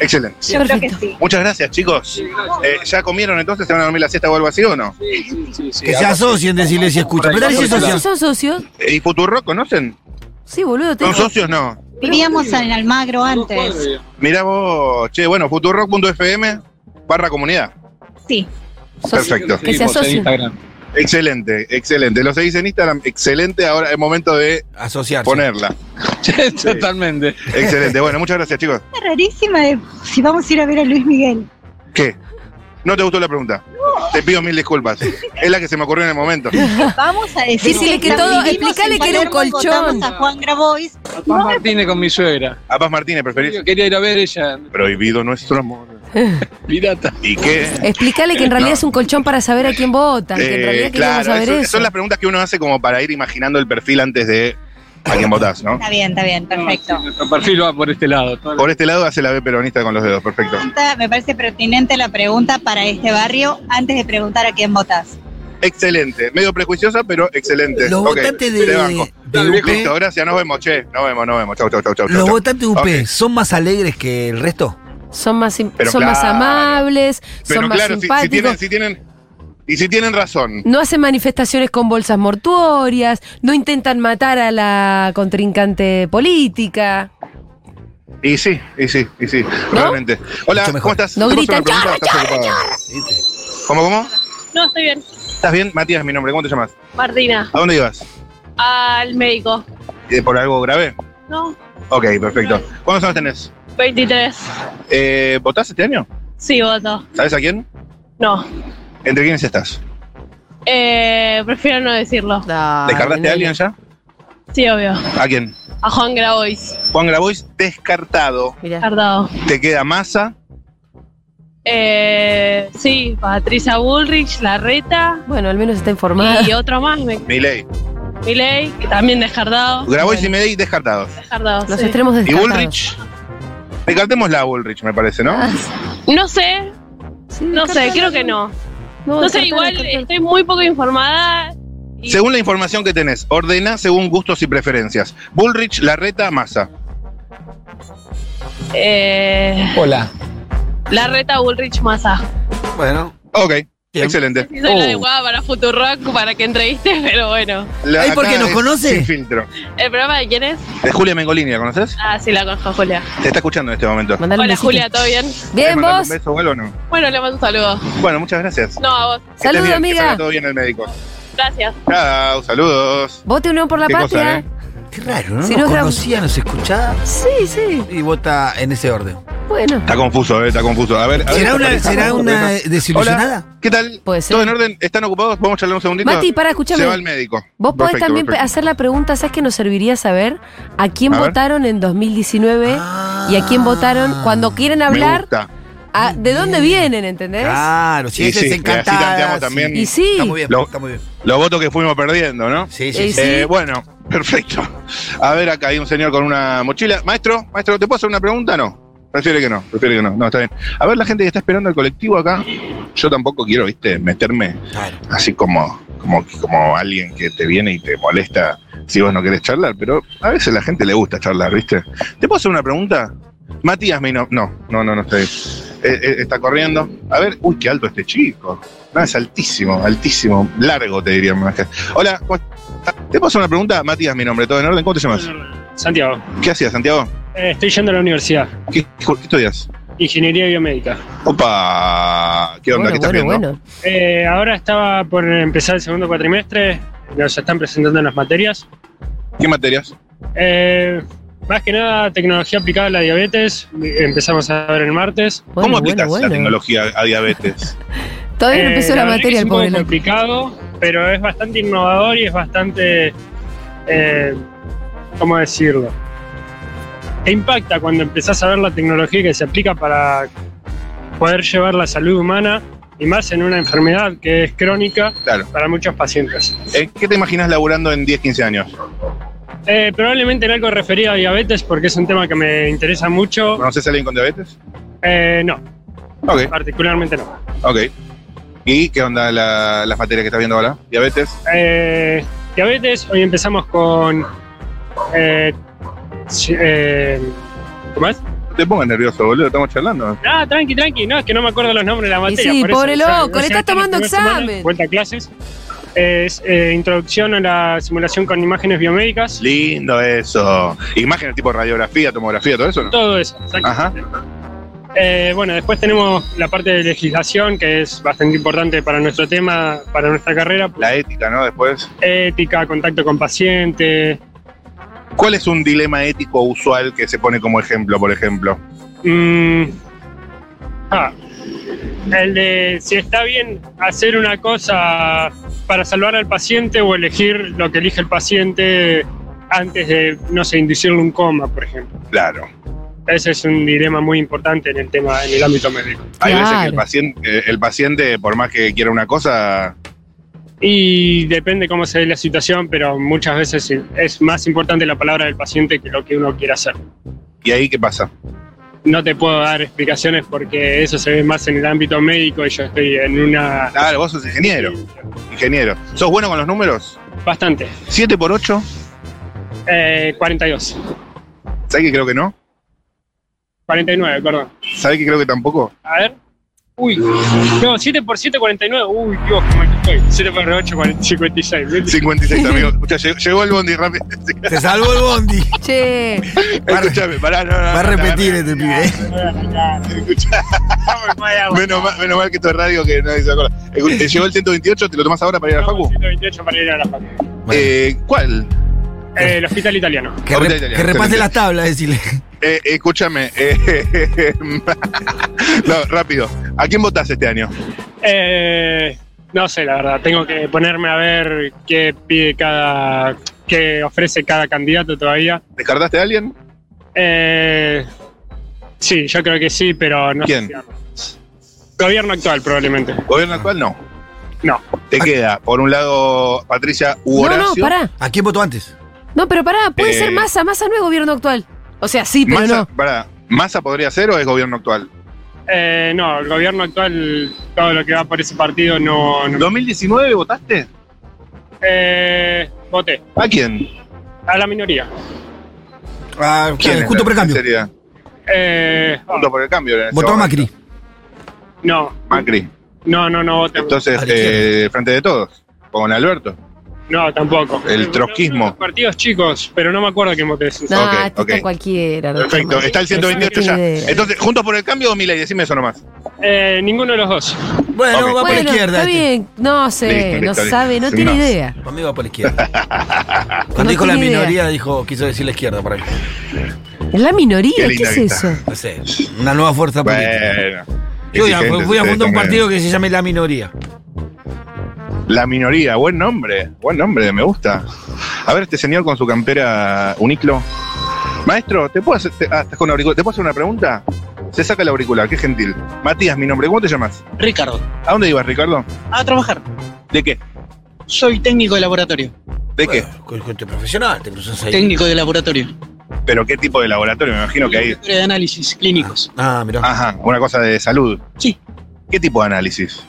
Speaker 3: Excelente.
Speaker 7: Yo creo que
Speaker 1: Perfecto.
Speaker 7: sí.
Speaker 3: Muchas gracias, chicos. Eh, ¿Ya comieron entonces? ¿Se van a dormir la siesta o algo así o no?
Speaker 2: Que se asocien, decirles si escuchan. Pero dale si
Speaker 1: ¿Son,
Speaker 2: asocian.
Speaker 1: son socios?
Speaker 3: Eh, ¿Y Futuro conocen?
Speaker 1: Sí, boludo. tengo-
Speaker 3: ¿Son socios? No.
Speaker 7: Vivíamos en Almagro antes.
Speaker 3: Mirá vos, che, bueno, futurock.fm barra comunidad.
Speaker 7: Sí,
Speaker 1: socios.
Speaker 3: Perfecto.
Speaker 1: Que se asocien.
Speaker 3: Excelente, excelente. Lo seguís en Instagram, excelente. Ahora es momento de
Speaker 2: Asociarse.
Speaker 3: ponerla.
Speaker 6: Totalmente.
Speaker 3: Excelente. Bueno, muchas gracias, chicos.
Speaker 7: Está rarísima de si vamos a ir a ver a Luis Miguel.
Speaker 3: ¿Qué? ¿No te gustó la pregunta? Te pido mil disculpas. Es la que se me ocurrió en el momento.
Speaker 7: Vamos a decir
Speaker 1: Decirle que todo-
Speaker 7: vivimos
Speaker 1: explicale
Speaker 7: en
Speaker 1: que era un
Speaker 7: Palermo y
Speaker 1: colchón.
Speaker 7: votamos a Juan Grabois.
Speaker 6: Juan Martínez con mi suegra.
Speaker 3: A Paz Martínez,
Speaker 6: Yo
Speaker 3: preferís.
Speaker 6: quería ir a ver ella,
Speaker 3: Prohibido nuestro amor.
Speaker 6: pirata.
Speaker 3: ¿Y qué?
Speaker 1: Explícale que en realidad
Speaker 3: No.
Speaker 1: es un colchón para saber a quién votan. que en
Speaker 3: Eh,
Speaker 1: realidad queríamos
Speaker 3: claro,
Speaker 1: saber
Speaker 3: eso-
Speaker 1: eso.
Speaker 3: son las preguntas que uno hace como para ir imaginando el perfil antes de a quién votás, ¿no?
Speaker 7: Está bien, está bien, perfecto.
Speaker 6: No, sí, nuestro perfil va por este lado.
Speaker 3: Por este lado hace la B peronista con los dedos, perfecto.
Speaker 7: Pregunta, me parece pertinente la pregunta para este barrio antes de preguntar a quién votas.
Speaker 3: Excelente, medio prejuiciosa, pero excelente.
Speaker 8: Los
Speaker 3: Ok,
Speaker 8: votantes
Speaker 3: te banco.
Speaker 8: de, de
Speaker 3: Listo,
Speaker 8: UP,
Speaker 3: gracias, nos vemos, che. Nos vemos, nos vemos. Chau, chau, chau, chau. chau,
Speaker 8: los
Speaker 3: chau.
Speaker 8: votantes de UP
Speaker 3: Ok.
Speaker 8: son más alegres que el resto.
Speaker 1: Son más, im-
Speaker 3: Pero
Speaker 1: son más
Speaker 3: claro.
Speaker 1: amables,
Speaker 3: Pero
Speaker 1: son más
Speaker 3: claro, si- si,
Speaker 1: simpáticos.
Speaker 3: tienen, si tienen, y si tienen razón.
Speaker 1: No hacen manifestaciones con bolsas mortuorias, no intentan matar a la contrincante política.
Speaker 3: Y sí, y sí, y sí, realmente. Hola,
Speaker 8: Mucho mejor.
Speaker 3: ¿cómo estás?
Speaker 1: No
Speaker 3: ¿Te puedo
Speaker 1: gritan,
Speaker 3: hacer una pregunta? ¿Estás ocupado? ¿Cómo, cómo?
Speaker 9: No, estoy bien.
Speaker 3: ¿Estás bien? Matías es mi nombre, ¿cómo te llamas?
Speaker 9: Martina,
Speaker 3: ¿A dónde ibas?
Speaker 9: al médico.
Speaker 3: Eh, ¿Por algo grave?
Speaker 9: No,
Speaker 3: Ok, perfecto. ¿Cuántos años tenés?
Speaker 9: 23.
Speaker 3: Eh, ¿Votás este año?
Speaker 9: Sí, voto.
Speaker 3: ¿Sabes a quién?
Speaker 9: No.
Speaker 3: ¿Entre quiénes estás?
Speaker 9: Eh, prefiero no decirlo.
Speaker 1: Ah,
Speaker 3: ¿Descartaste a alguien ya?
Speaker 9: Sí, obvio.
Speaker 3: ¿A quién?
Speaker 9: A Juan Grabois.
Speaker 3: Juan Grabois, descartado.
Speaker 1: Mirá.
Speaker 9: Tardado.
Speaker 3: Te queda Massa.
Speaker 9: Eh, sí, Patricia Bullrich, Larreta.
Speaker 1: Bueno, al menos está informada.
Speaker 9: Y otro más, me-
Speaker 3: Milei.
Speaker 9: Milei, que también descartado.
Speaker 3: Grabois y
Speaker 9: Bueno,
Speaker 3: Milei descartados.
Speaker 9: descartado,
Speaker 1: Los
Speaker 9: sí.
Speaker 1: extremos
Speaker 3: ¿Y
Speaker 1: descartados. Ah,
Speaker 3: Bullrich? Descartemos la Bullrich, me parece, ¿no?
Speaker 9: No sé,
Speaker 1: Sí,
Speaker 9: no sé,
Speaker 1: descartala.
Speaker 9: creo que no. No sé,
Speaker 1: descartala,
Speaker 9: igual
Speaker 1: descartala.
Speaker 9: estoy muy poco informada. y-
Speaker 3: Según la información que tenés, ordena según gustos y preferencias. Bullrich, Larreta, Massa.
Speaker 9: Eh,
Speaker 6: Hola.
Speaker 9: Larreta, Bullrich, Massa.
Speaker 2: Bueno,
Speaker 3: Ok, excelente.
Speaker 9: Sí, soy la
Speaker 6: Oh.
Speaker 9: adecuada para Futurock, para que entrevistes, pero bueno.
Speaker 3: La-
Speaker 8: Ay, porque
Speaker 3: acá
Speaker 8: nos
Speaker 3: es
Speaker 8: conoce.
Speaker 3: Sin filtro.
Speaker 9: ¿El programa de quién es?
Speaker 3: De Julia Mengolini, ¿la conoces?
Speaker 9: Ah, sí, la conozco, Julia.
Speaker 3: Te está escuchando en este momento.
Speaker 1: Mandale un
Speaker 9: Hola,
Speaker 1: besito.
Speaker 9: Julia, ¿todo bien?
Speaker 3: ¿Querés
Speaker 1: Bien,
Speaker 3: mandarle
Speaker 1: vos.
Speaker 3: un beso o algo o no?
Speaker 9: Bueno, le mando un saludo.
Speaker 3: Bueno, muchas gracias.
Speaker 9: No, a vos.
Speaker 3: Que estés
Speaker 1: Saludo,
Speaker 3: bien, Que
Speaker 1: amiga.
Speaker 3: salga todo bien el médico.
Speaker 9: Gracias.
Speaker 3: Chao, saludos.
Speaker 1: Vote Unión por la
Speaker 3: Qué cosa,
Speaker 1: Patria.
Speaker 3: ¿eh?
Speaker 8: Qué raro, ¿no?
Speaker 1: Si
Speaker 8: nos
Speaker 1: no, gra-
Speaker 8: conocía, nos escuchaba
Speaker 1: Sí, sí.
Speaker 8: y vota en ese orden.
Speaker 1: Bueno,
Speaker 3: Está confuso, eh, está confuso. A ver, a ver,
Speaker 8: ¿Será una,
Speaker 3: actualizamos
Speaker 8: será
Speaker 3: un poco
Speaker 8: una eh,
Speaker 3: de eso.
Speaker 8: desilusionada?
Speaker 3: Hola, ¿Qué tal?
Speaker 1: Puede ser.
Speaker 3: ¿Todo en orden? ¿Están ocupados? ¿Podemos charlar un segundito?
Speaker 1: Mati, pará, escúchame.
Speaker 3: Se va al médico.
Speaker 1: vos podés
Speaker 3: Perfecto,
Speaker 1: también pe-
Speaker 3: perfecto.
Speaker 1: hacer la pregunta, ¿sabes qué nos serviría saber a quién
Speaker 3: A ver.
Speaker 1: votaron en 2019 y a quién votaron cuando quieren
Speaker 3: Me
Speaker 1: hablar?
Speaker 3: gusta.
Speaker 1: a- ¿De dónde vienen, entendés?
Speaker 8: Claro, si
Speaker 3: Y
Speaker 8: ese
Speaker 3: sí,
Speaker 8: es
Speaker 3: y así
Speaker 8: encantada,
Speaker 3: tanteamos
Speaker 8: sí.
Speaker 3: también.
Speaker 1: Y sí.
Speaker 8: Está muy bien,
Speaker 3: Lo-
Speaker 8: está muy bien.
Speaker 3: Los votos que fuimos perdiendo, ¿no?
Speaker 8: Sí,
Speaker 1: Eh,
Speaker 8: sí, sí.
Speaker 1: sí.
Speaker 3: Eh, bueno, perfecto. A ver, acá hay un señor con una mochila. Maestro, maestro, ¿te puedo hacer una pregunta? No. Prefiere que no, prefiere que no. No, está bien. A ver, la gente que está esperando el colectivo acá. Yo tampoco quiero, viste, meterme
Speaker 8: Claro.
Speaker 3: así como, como, como alguien que te viene y te molesta si vos no querés charlar, pero a veces la gente le gusta charlar, ¿viste? ¿Te puedo hacer una pregunta? Matías, mi no, no, no, no, no está bien. Eh, eh, está corriendo. A ver, uy, qué alto este chico. No, es altísimo, altísimo, largo te diría más que- Hola, ¿cómo estás? ¿te puedo hacer una pregunta? Matías, mi nombre, ¿todo en orden? ¿Cómo te llamas?
Speaker 5: Santiago.
Speaker 3: ¿Qué hacías, Santiago?
Speaker 5: Eh, estoy yendo a la universidad.
Speaker 3: ¿Qué, qué estudias?
Speaker 5: Ingeniería biomédica.
Speaker 3: Opa, ¿qué
Speaker 1: bueno,
Speaker 3: onda? ¿Qué estás
Speaker 1: bueno,
Speaker 3: viendo?
Speaker 1: bueno.
Speaker 5: Eh, ahora estaba por empezar el segundo cuatrimestre. Nos están presentando las materias.
Speaker 3: ¿Qué materias?
Speaker 5: Eh, más que nada, tecnología aplicada a la diabetes. Empezamos a ver el martes.
Speaker 1: bueno,
Speaker 3: ¿Cómo
Speaker 1: bueno,
Speaker 3: aplicas
Speaker 1: bueno.
Speaker 3: la tecnología a diabetes?
Speaker 1: Todavía no
Speaker 5: Eh,
Speaker 1: empezó la,
Speaker 5: verdad que
Speaker 1: materia el
Speaker 5: es un poco
Speaker 1: pobre. loco.
Speaker 5: complicado, pero es bastante innovador y es bastante. eh, ¿Cómo decirlo? Te impacta cuando empezás a ver la tecnología que se aplica para poder llevar la salud humana y más en una enfermedad que es crónica
Speaker 3: Claro.
Speaker 5: para muchos pacientes.
Speaker 3: Eh, ¿Qué te imaginas laburando en 10, 15 años?
Speaker 5: Eh, probablemente en algo referido a diabetes porque es un tema que me interesa mucho.
Speaker 3: ¿Conoces a alguien con diabetes?
Speaker 5: Eh, no,
Speaker 3: Ok,
Speaker 5: particularmente no.
Speaker 3: ok. ¿Y qué onda la- las materias que estás viendo ahora? ¿Diabetes?
Speaker 5: Eh, diabetes, hoy empezamos con... eh, si- eh, ¿Cómo es?
Speaker 3: No te pongas nervioso, boludo, estamos charlando.
Speaker 5: Ah, tranqui, tranqui. No, es que no me acuerdo los nombres de la materia.
Speaker 1: sí,
Speaker 5: por eso,
Speaker 1: pobre
Speaker 5: o sea,
Speaker 1: loco, le está
Speaker 5: recién está
Speaker 1: tomando
Speaker 5: la primera semana,
Speaker 1: examen.
Speaker 5: vuelta a clases. Es eh, introducción a la simulación con imágenes biomédicas.
Speaker 3: Lindo eso. Imágenes tipo radiografía, tomografía, todo eso, ¿no?
Speaker 5: Todo eso. exactamente. Eh, bueno, después tenemos la parte de legislación, que es bastante importante para nuestro tema, para nuestra carrera.
Speaker 3: La ética, ¿no? Después.
Speaker 5: Ética, contacto con pacientes.
Speaker 3: ¿Cuál es un dilema ético usual que se pone como ejemplo, por ejemplo?
Speaker 5: Mm. Ah. El de si está bien hacer una cosa para salvar al paciente o elegir lo que elige el paciente antes de, no sé, inducirle un coma, por ejemplo.
Speaker 3: Claro.
Speaker 5: Ese es un dilema muy importante en el tema, en el ámbito médico.
Speaker 3: Hay veces que el
Speaker 1: Claro.
Speaker 3: paciente, eh, el paciente, por más que quiera una cosa,
Speaker 5: Y depende cómo se dé la situación, pero muchas veces es más importante la palabra del paciente que lo que uno quiere hacer.
Speaker 3: ¿y ahí qué pasa?
Speaker 5: No te puedo dar explicaciones porque eso se ve más en el ámbito médico y yo estoy en una...
Speaker 3: Claro, vos sos ingeniero. Ingeniero. ¿Sos bueno con los números?
Speaker 5: Bastante.
Speaker 3: ¿7 por 8?
Speaker 5: Eh, 42.
Speaker 3: ¿Sabés que creo que no?
Speaker 5: 49, perdón.
Speaker 3: ¿Sabés que creo que tampoco?
Speaker 5: A ver. Uy. No, 7 por 7, 49. Uy, Dios, cómo estoy. 7 por 8, 40, 56.
Speaker 3: 56, amigo. Escuchá, llegó, llegó el bondi rápido.
Speaker 8: Se salvó el bondi.
Speaker 1: Che,
Speaker 3: Escuchame, pará, no, no,
Speaker 8: Va a
Speaker 3: no,
Speaker 8: repetir
Speaker 3: pará,
Speaker 8: este pibe. ¿eh?
Speaker 3: escuchá. Menos mal, menos mal que esto es radio que nadie se acuerda. Escu- eh, Llegó el 128, ¿te lo tomás ahora para ir a la facu?
Speaker 5: 128 para ir a la facu.
Speaker 8: Bueno.
Speaker 3: Eh, ¿Cuál?
Speaker 5: Eh, el hospital italiano.
Speaker 8: Que,
Speaker 3: Ahorita
Speaker 8: re-
Speaker 3: italiano,
Speaker 8: que repase
Speaker 3: excelente.
Speaker 8: las tablas, decirle.
Speaker 3: Eh, escúchame. eh, no, rápido. ¿A quién votás este año?
Speaker 5: Eh, no sé, la verdad. Tengo que ponerme a ver qué pide cada. qué ofrece cada candidato todavía.
Speaker 3: ¿Descartaste a alguien?
Speaker 5: Eh, sí, yo creo que sí, pero no
Speaker 3: ¿Quién?
Speaker 5: sé. si- Gobierno actual, probablemente.
Speaker 3: ¿Gobierno actual? No.
Speaker 5: No.
Speaker 3: Te queda, por un lado, Patricia u
Speaker 1: no,
Speaker 3: Horacio.
Speaker 1: no, pará.
Speaker 8: ¿A quién votó antes?
Speaker 1: No, pero pará, puede
Speaker 3: Eh,
Speaker 1: ser masa, masa no es gobierno actual. O sea, sí, pero
Speaker 3: Massa,
Speaker 1: no.
Speaker 3: pará, ¿Massa podría ser o es gobierno actual?
Speaker 5: Eh, no, el gobierno actual, todo lo que va por ese partido no. no
Speaker 3: ¿2019 votaste?
Speaker 5: Eh, voté.
Speaker 3: ¿A quién?
Speaker 5: A la minoría.
Speaker 8: Ah,
Speaker 3: ¿Quién
Speaker 8: eh,
Speaker 3: es
Speaker 8: justo
Speaker 3: la-
Speaker 8: por el cambio.
Speaker 3: Sería
Speaker 5: Eh, ah,
Speaker 3: Juntos por el cambio. era en ese
Speaker 8: Votó a
Speaker 3: momento.
Speaker 8: Macri.
Speaker 5: no,
Speaker 3: Macri.
Speaker 5: no, no, no voté.
Speaker 3: Entonces,
Speaker 8: A la izquierda.
Speaker 3: eh, frente de todos. Con Alberto.
Speaker 5: No, tampoco.
Speaker 3: El trotskismo.
Speaker 5: Los Partidos chicos, pero no me acuerdo quién voté. sí.
Speaker 1: No,
Speaker 3: ok,
Speaker 1: este
Speaker 3: ok.
Speaker 1: está cualquiera. no
Speaker 3: Perfecto.
Speaker 1: tengo-
Speaker 3: Está el 128 ya.
Speaker 1: idea.
Speaker 3: Entonces, ¿juntos por el cambio o Milei? Decime eso nomás.
Speaker 5: Eh, ninguno de los dos.
Speaker 8: Bueno,
Speaker 3: Ok.
Speaker 8: va por la
Speaker 1: Bueno,
Speaker 8: izquierda.
Speaker 1: está
Speaker 8: este.
Speaker 1: bien, no sé,
Speaker 3: Listo,
Speaker 1: no
Speaker 3: listo, listo.
Speaker 1: sabe, no
Speaker 3: Sí,
Speaker 1: tiene
Speaker 3: no.
Speaker 1: idea.
Speaker 8: Conmigo va por la izquierda. Cuando
Speaker 1: No
Speaker 8: dijo la
Speaker 1: tiene idea.
Speaker 8: minoría, dijo, quiso decir la izquierda por ahí.
Speaker 1: La
Speaker 3: Qué
Speaker 1: minoría, ¿qué
Speaker 3: linda
Speaker 1: es
Speaker 3: que está.
Speaker 1: eso?
Speaker 8: No sé, una nueva fuerza política.
Speaker 3: Bueno.
Speaker 8: Yo voy a-
Speaker 3: Exigentes
Speaker 8: voy a
Speaker 3: ustedes
Speaker 8: fundar un
Speaker 3: también.
Speaker 8: partido que se llame La Minoría.
Speaker 3: La minoría, buen nombre, buen nombre, me gusta. A ver, este señor con su campera Uniclo. Maestro, ¿te puedo hacer, te- ah, estás con auricular? ¿Te puedo hacer una pregunta? Se saca el auricular, qué gentil. Matías, mi nombre, ¿cómo te llamas?
Speaker 10: Ricardo,
Speaker 3: ¿A dónde ibas, Ricardo?
Speaker 10: a trabajar.
Speaker 3: ¿De qué?
Speaker 10: Soy técnico de laboratorio.
Speaker 3: ¿De qué?
Speaker 8: Bueno, con- con tu profesional, te cruzas ahí.
Speaker 10: Técnico de laboratorio.
Speaker 3: ¿Pero qué tipo de laboratorio? Me imagino que hay.
Speaker 10: Laboratorio de análisis clínicos.
Speaker 8: Ah, mirá.
Speaker 3: Ajá, una cosa de salud.
Speaker 10: Sí.
Speaker 3: ¿Qué tipo de análisis?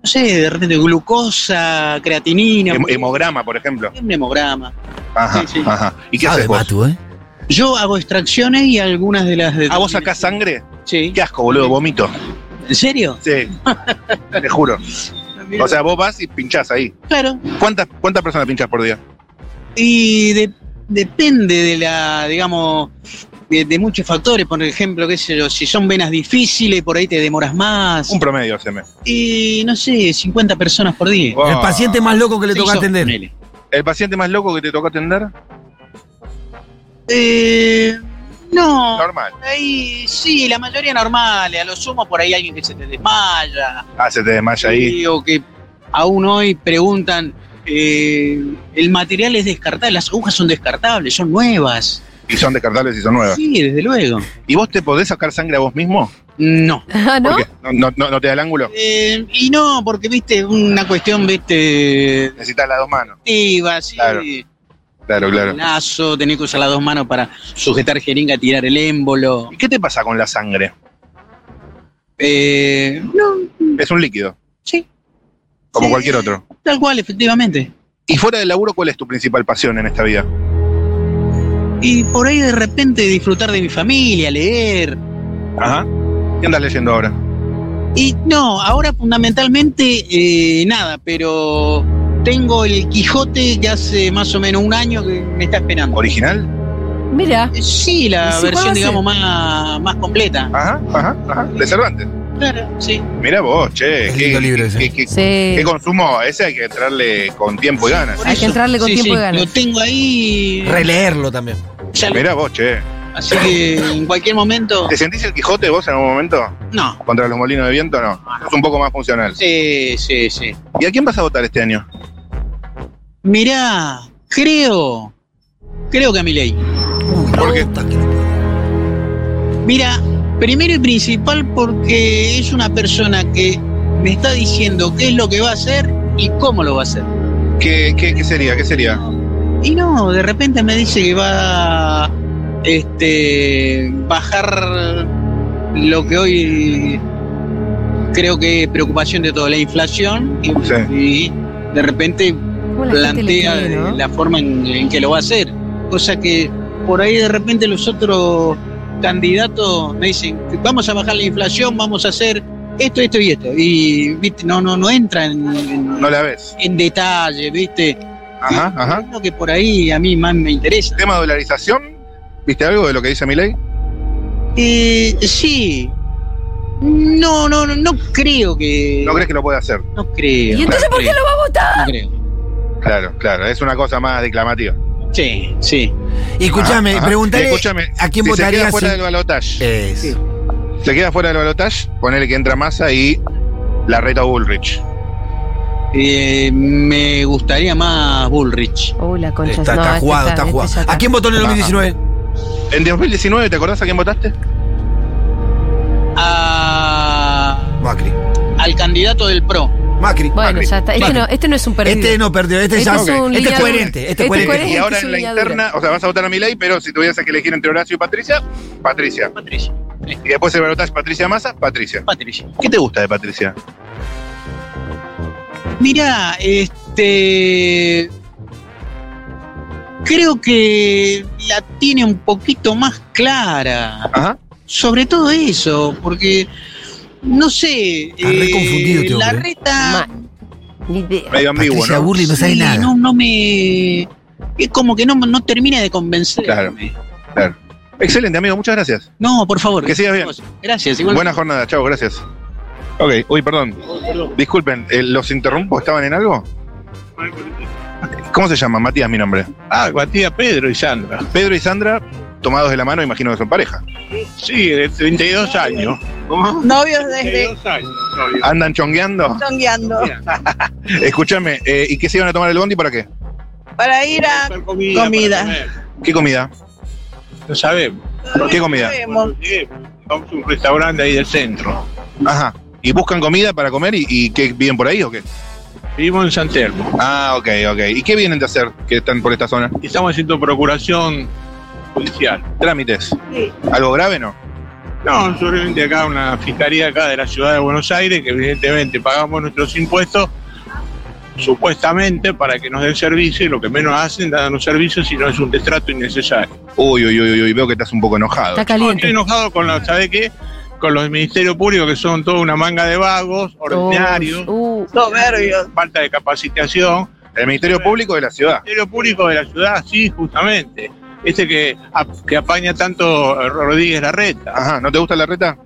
Speaker 10: No sé, de repente glucosa, creatinina,
Speaker 3: Hem- hemograma, por ejemplo.
Speaker 10: un hemograma.
Speaker 3: Ajá,
Speaker 10: Sí, sí.
Speaker 3: ajá. ¿Y qué
Speaker 8: Sabe,
Speaker 3: haces vos?
Speaker 8: Matu, ¿eh?
Speaker 10: Yo hago extracciones y algunas de las... de-
Speaker 3: ¿A Ah, vos sacás sangre?
Speaker 10: Sí.
Speaker 3: Qué asco, boludo, vomito.
Speaker 10: ¿En serio?
Speaker 3: Sí. Te juro. O sea, vos vas y pinchás ahí.
Speaker 10: Claro.
Speaker 3: ¿Cuántas, cuántas personas pinchás por día?
Speaker 10: Y de- depende de la, digamos, de, de muchos factores. Por ejemplo, qué sé yo, si son venas difíciles, por ahí te demoras más.
Speaker 3: Un promedio se me.
Speaker 10: Y no sé, 50 personas por día.
Speaker 3: Oh.
Speaker 8: El paciente más loco que le
Speaker 10: Sí,
Speaker 8: toca
Speaker 10: yo,
Speaker 8: atender.
Speaker 10: ponele.
Speaker 3: ¿El paciente más loco que te tocó atender?
Speaker 10: Eh, no,
Speaker 3: Normal.
Speaker 10: por ahí sí, la mayoría normales. A lo sumo, por ahí alguien que se te desmaya.
Speaker 3: Ah, se te desmaya ahí.
Speaker 10: Sí, o que aún hoy preguntan, eh, el material es descartable, las agujas son descartables, son nuevas.
Speaker 3: Y son descartables y son nuevas.
Speaker 10: Sí, desde luego.
Speaker 3: ¿Y vos te podés sacar sangre a vos mismo?
Speaker 10: No.
Speaker 1: Ah, ¿no?
Speaker 3: ¿Por qué? ¿No, no, no- no te da el ángulo?
Speaker 10: Eh, y no, porque viste, una cuestión, viste,
Speaker 3: Necesitas las dos manos.
Speaker 10: activa, así.
Speaker 3: Claro, Claro, claro.
Speaker 10: Lazo, tenés que usar las dos manos para sujetar jeringa, tirar el émbolo.
Speaker 3: ¿Y qué te pasa con la sangre?
Speaker 10: Eh, no,
Speaker 3: Es un líquido,
Speaker 10: sí,
Speaker 3: como
Speaker 10: Sí.
Speaker 3: cualquier otro.
Speaker 10: tal cual, efectivamente.
Speaker 3: Y fuera del laburo, ¿cuál es tu principal pasión en esta vida?
Speaker 10: Y por ahí de repente disfrutar de mi familia, leer,
Speaker 3: Ajá. ¿Qué andas leyendo ahora?
Speaker 10: Y no, ahora fundamentalmente eh, nada, pero tengo el Quijote que hace más o menos un año que me está esperando.
Speaker 3: ¿Original?
Speaker 1: Mira.
Speaker 10: Eh, Sí,
Speaker 1: ¿Y si
Speaker 10: la
Speaker 1: cuál va a
Speaker 10: versión, digamos, más, más completa.
Speaker 3: Ajá, ajá, ajá. De Cervantes.
Speaker 10: Claro, sí.
Speaker 3: Mirá vos, che.
Speaker 8: Es lindo libro ese.
Speaker 3: qué- qué-
Speaker 1: Sí.
Speaker 3: qué consumo? Ese hay que entrarle con tiempo y ganas.
Speaker 10: Por
Speaker 1: Hay que entrarle con
Speaker 10: Sí,
Speaker 1: tiempo
Speaker 10: sí,
Speaker 1: y ganas.
Speaker 10: Lo tengo ahí.
Speaker 8: Releerlo también.
Speaker 10: ya lo-
Speaker 3: Mirá vos, che.
Speaker 10: así que en cualquier momento.
Speaker 3: ¿Te sentís el Quijote vos en algún momento?
Speaker 10: No.
Speaker 3: ¿Contra los molinos de viento? No. Es un poco más funcional.
Speaker 10: Sí, sí, sí.
Speaker 3: ¿Y a quién vas a votar este año?
Speaker 10: Mirá, creo. Creo que a mi ley.
Speaker 3: ¿Por qué?
Speaker 10: Mira, primero y principal porque es una persona que me está diciendo qué es lo que va a hacer y cómo lo va a hacer.
Speaker 3: ¿Qué, qué, qué sería? ¿Qué sería?
Speaker 10: Y no, de repente me dice que va a este, bajar lo que hoy creo que es preocupación de toda la inflación y,
Speaker 3: Sí.
Speaker 10: y de repente
Speaker 1: ¿Cómo la gente le
Speaker 10: plantea
Speaker 1: cree,
Speaker 10: eh,
Speaker 1: no?
Speaker 10: la forma en, en que lo va a hacer. Cosa que por ahí de repente los otros candidatos me dicen, vamos a bajar la inflación, vamos a hacer esto, esto y esto. Y viste, no, no, no entra en, en-
Speaker 3: No la ves.
Speaker 10: en detalle, viste.
Speaker 3: Ajá, ajá.
Speaker 10: Es lo que por ahí a mí más me interesa.
Speaker 3: ¿Tema dolarización? ¿Viste algo de lo que dice mi ley?
Speaker 10: Eh, sí. No, no, no, no creo que.
Speaker 3: ¿No crees que lo puede hacer?
Speaker 10: Eh, No creo.
Speaker 1: ¿Y entonces por qué lo va a votar?
Speaker 10: No creo.
Speaker 3: Claro, claro. Es una cosa más declamativa.
Speaker 10: Sí, sí.
Speaker 8: Y escúchame,
Speaker 3: Ajá, ajá.
Speaker 8: preguntale
Speaker 3: Escúchame,
Speaker 8: a quién
Speaker 3: si se
Speaker 8: votarías.
Speaker 3: queda fuera
Speaker 8: si-
Speaker 3: del balotaje.
Speaker 8: Es.
Speaker 10: Sí.
Speaker 3: Se queda fuera del balotaje, ponele que entra Massa y la reta Bullrich.
Speaker 10: Eh, me gustaría más Bullrich.
Speaker 1: Oh, la concha.
Speaker 8: Está,
Speaker 1: no,
Speaker 8: está
Speaker 1: este
Speaker 8: jugado, está
Speaker 1: este ya
Speaker 8: jugado.
Speaker 1: está.
Speaker 8: ¿A quién votó en el
Speaker 3: Ajá.
Speaker 8: 2019?
Speaker 3: En 2019, ¿te acordás a quién votaste?
Speaker 10: A-
Speaker 8: Macri.
Speaker 10: Ah, al candidato del PRO.
Speaker 8: Macri.
Speaker 1: Bueno,
Speaker 8: Macri.
Speaker 1: ya está. Este
Speaker 8: Macri.
Speaker 1: no, este no es un perdido.
Speaker 8: Este no perdió, este,
Speaker 1: Este
Speaker 8: ya-
Speaker 1: es un
Speaker 8: este es
Speaker 1: liado.
Speaker 8: coherente, este es
Speaker 1: Este es
Speaker 8: coherente.
Speaker 1: coherente.
Speaker 3: Y
Speaker 1: es
Speaker 3: ahora
Speaker 1: su
Speaker 3: en la
Speaker 1: ligadura.
Speaker 3: interna, o sea, vas a votar a mi ley, pero si tuvieras que elegir entre Horacio y Patricia, Patricia.
Speaker 10: Patricia.
Speaker 3: Y después el balotaje Patricia Massa, Patricia.
Speaker 10: Patricia.
Speaker 3: ¿Qué te gusta de Patricia?
Speaker 10: Mirá, este. Creo que la tiene un poquito más clara.
Speaker 3: Ajá.
Speaker 10: Sobre todo eso, porque. No sé. eh,
Speaker 8: Está re confundido, este
Speaker 10: La
Speaker 8: hombre.
Speaker 10: reta.
Speaker 1: Ma- Ni idea.
Speaker 3: Medio ambiguo,
Speaker 8: Patricia
Speaker 3: ¿no?
Speaker 8: Burri no sabe
Speaker 10: Sí,
Speaker 8: nada.
Speaker 10: No, no me. Es como que no, no termina de convencerme.
Speaker 3: Claro. Excelente, amigo, muchas gracias.
Speaker 10: No, por favor.
Speaker 3: Que sigas bien.
Speaker 10: Gracias. igual-
Speaker 3: Buena jornada, chao, gracias. Ok, uy, perdón. Disculpen, eh, ¿los interrumpo? ¿Estaban en algo? ¿Cómo se llama? Matías, mi nombre.
Speaker 11: Ah, Matías Pedro y Sandra.
Speaker 3: Pedro y Sandra, tomados de la mano, imagino que son pareja.
Speaker 11: Sí, de 32 años. ¿Cómo?
Speaker 12: Novios desde
Speaker 11: 32 años. novio.
Speaker 3: ¿Andan chongueando?
Speaker 12: Chongueando
Speaker 3: Escúchame, eh, ¿y qué se iban a tomar el bondi para qué?
Speaker 12: para ir a.
Speaker 11: Buscar comida.
Speaker 12: Comida.
Speaker 11: para comer.
Speaker 3: ¿Qué comida?
Speaker 11: No sabemos.
Speaker 3: ¿Qué comida?
Speaker 12: Sabemos.
Speaker 11: Sí, Vamos a un restaurante ahí del centro.
Speaker 3: Ajá. ¿Y buscan comida para comer y, y qué vienen por ahí o qué?
Speaker 11: Vivimos en San Telmo.
Speaker 3: Ah, ok, ok. ¿Y qué vienen de hacer que están por esta zona?
Speaker 11: Y Estamos haciendo procuración judicial.
Speaker 3: Trámites.
Speaker 12: Sí.
Speaker 3: ¿Algo grave no?
Speaker 11: No, solamente acá una fiscalía acá de la ciudad de Buenos Aires, que evidentemente pagamos nuestros impuestos supuestamente para que nos den servicio y lo que menos hacen dándonos servicios si no es un destrato innecesario.
Speaker 3: Uy, uy, uy, uy, veo que estás un poco enojado.
Speaker 1: Está
Speaker 11: No, estoy
Speaker 1: caliente.
Speaker 11: enojado con la, ¿sabe qué? Con los ministerios públicos que son toda una manga de vagos, ordinarios,
Speaker 1: Oh, uh,
Speaker 12: Soberbios.
Speaker 11: falta de capacitación.
Speaker 3: El Ministerio Público de la ciudad.
Speaker 11: Ministerio Público de la ciudad, sí, justamente. Ese que, ap- que apaña tanto Rodríguez Larreta.
Speaker 3: Ajá, ¿no te gusta Larreta?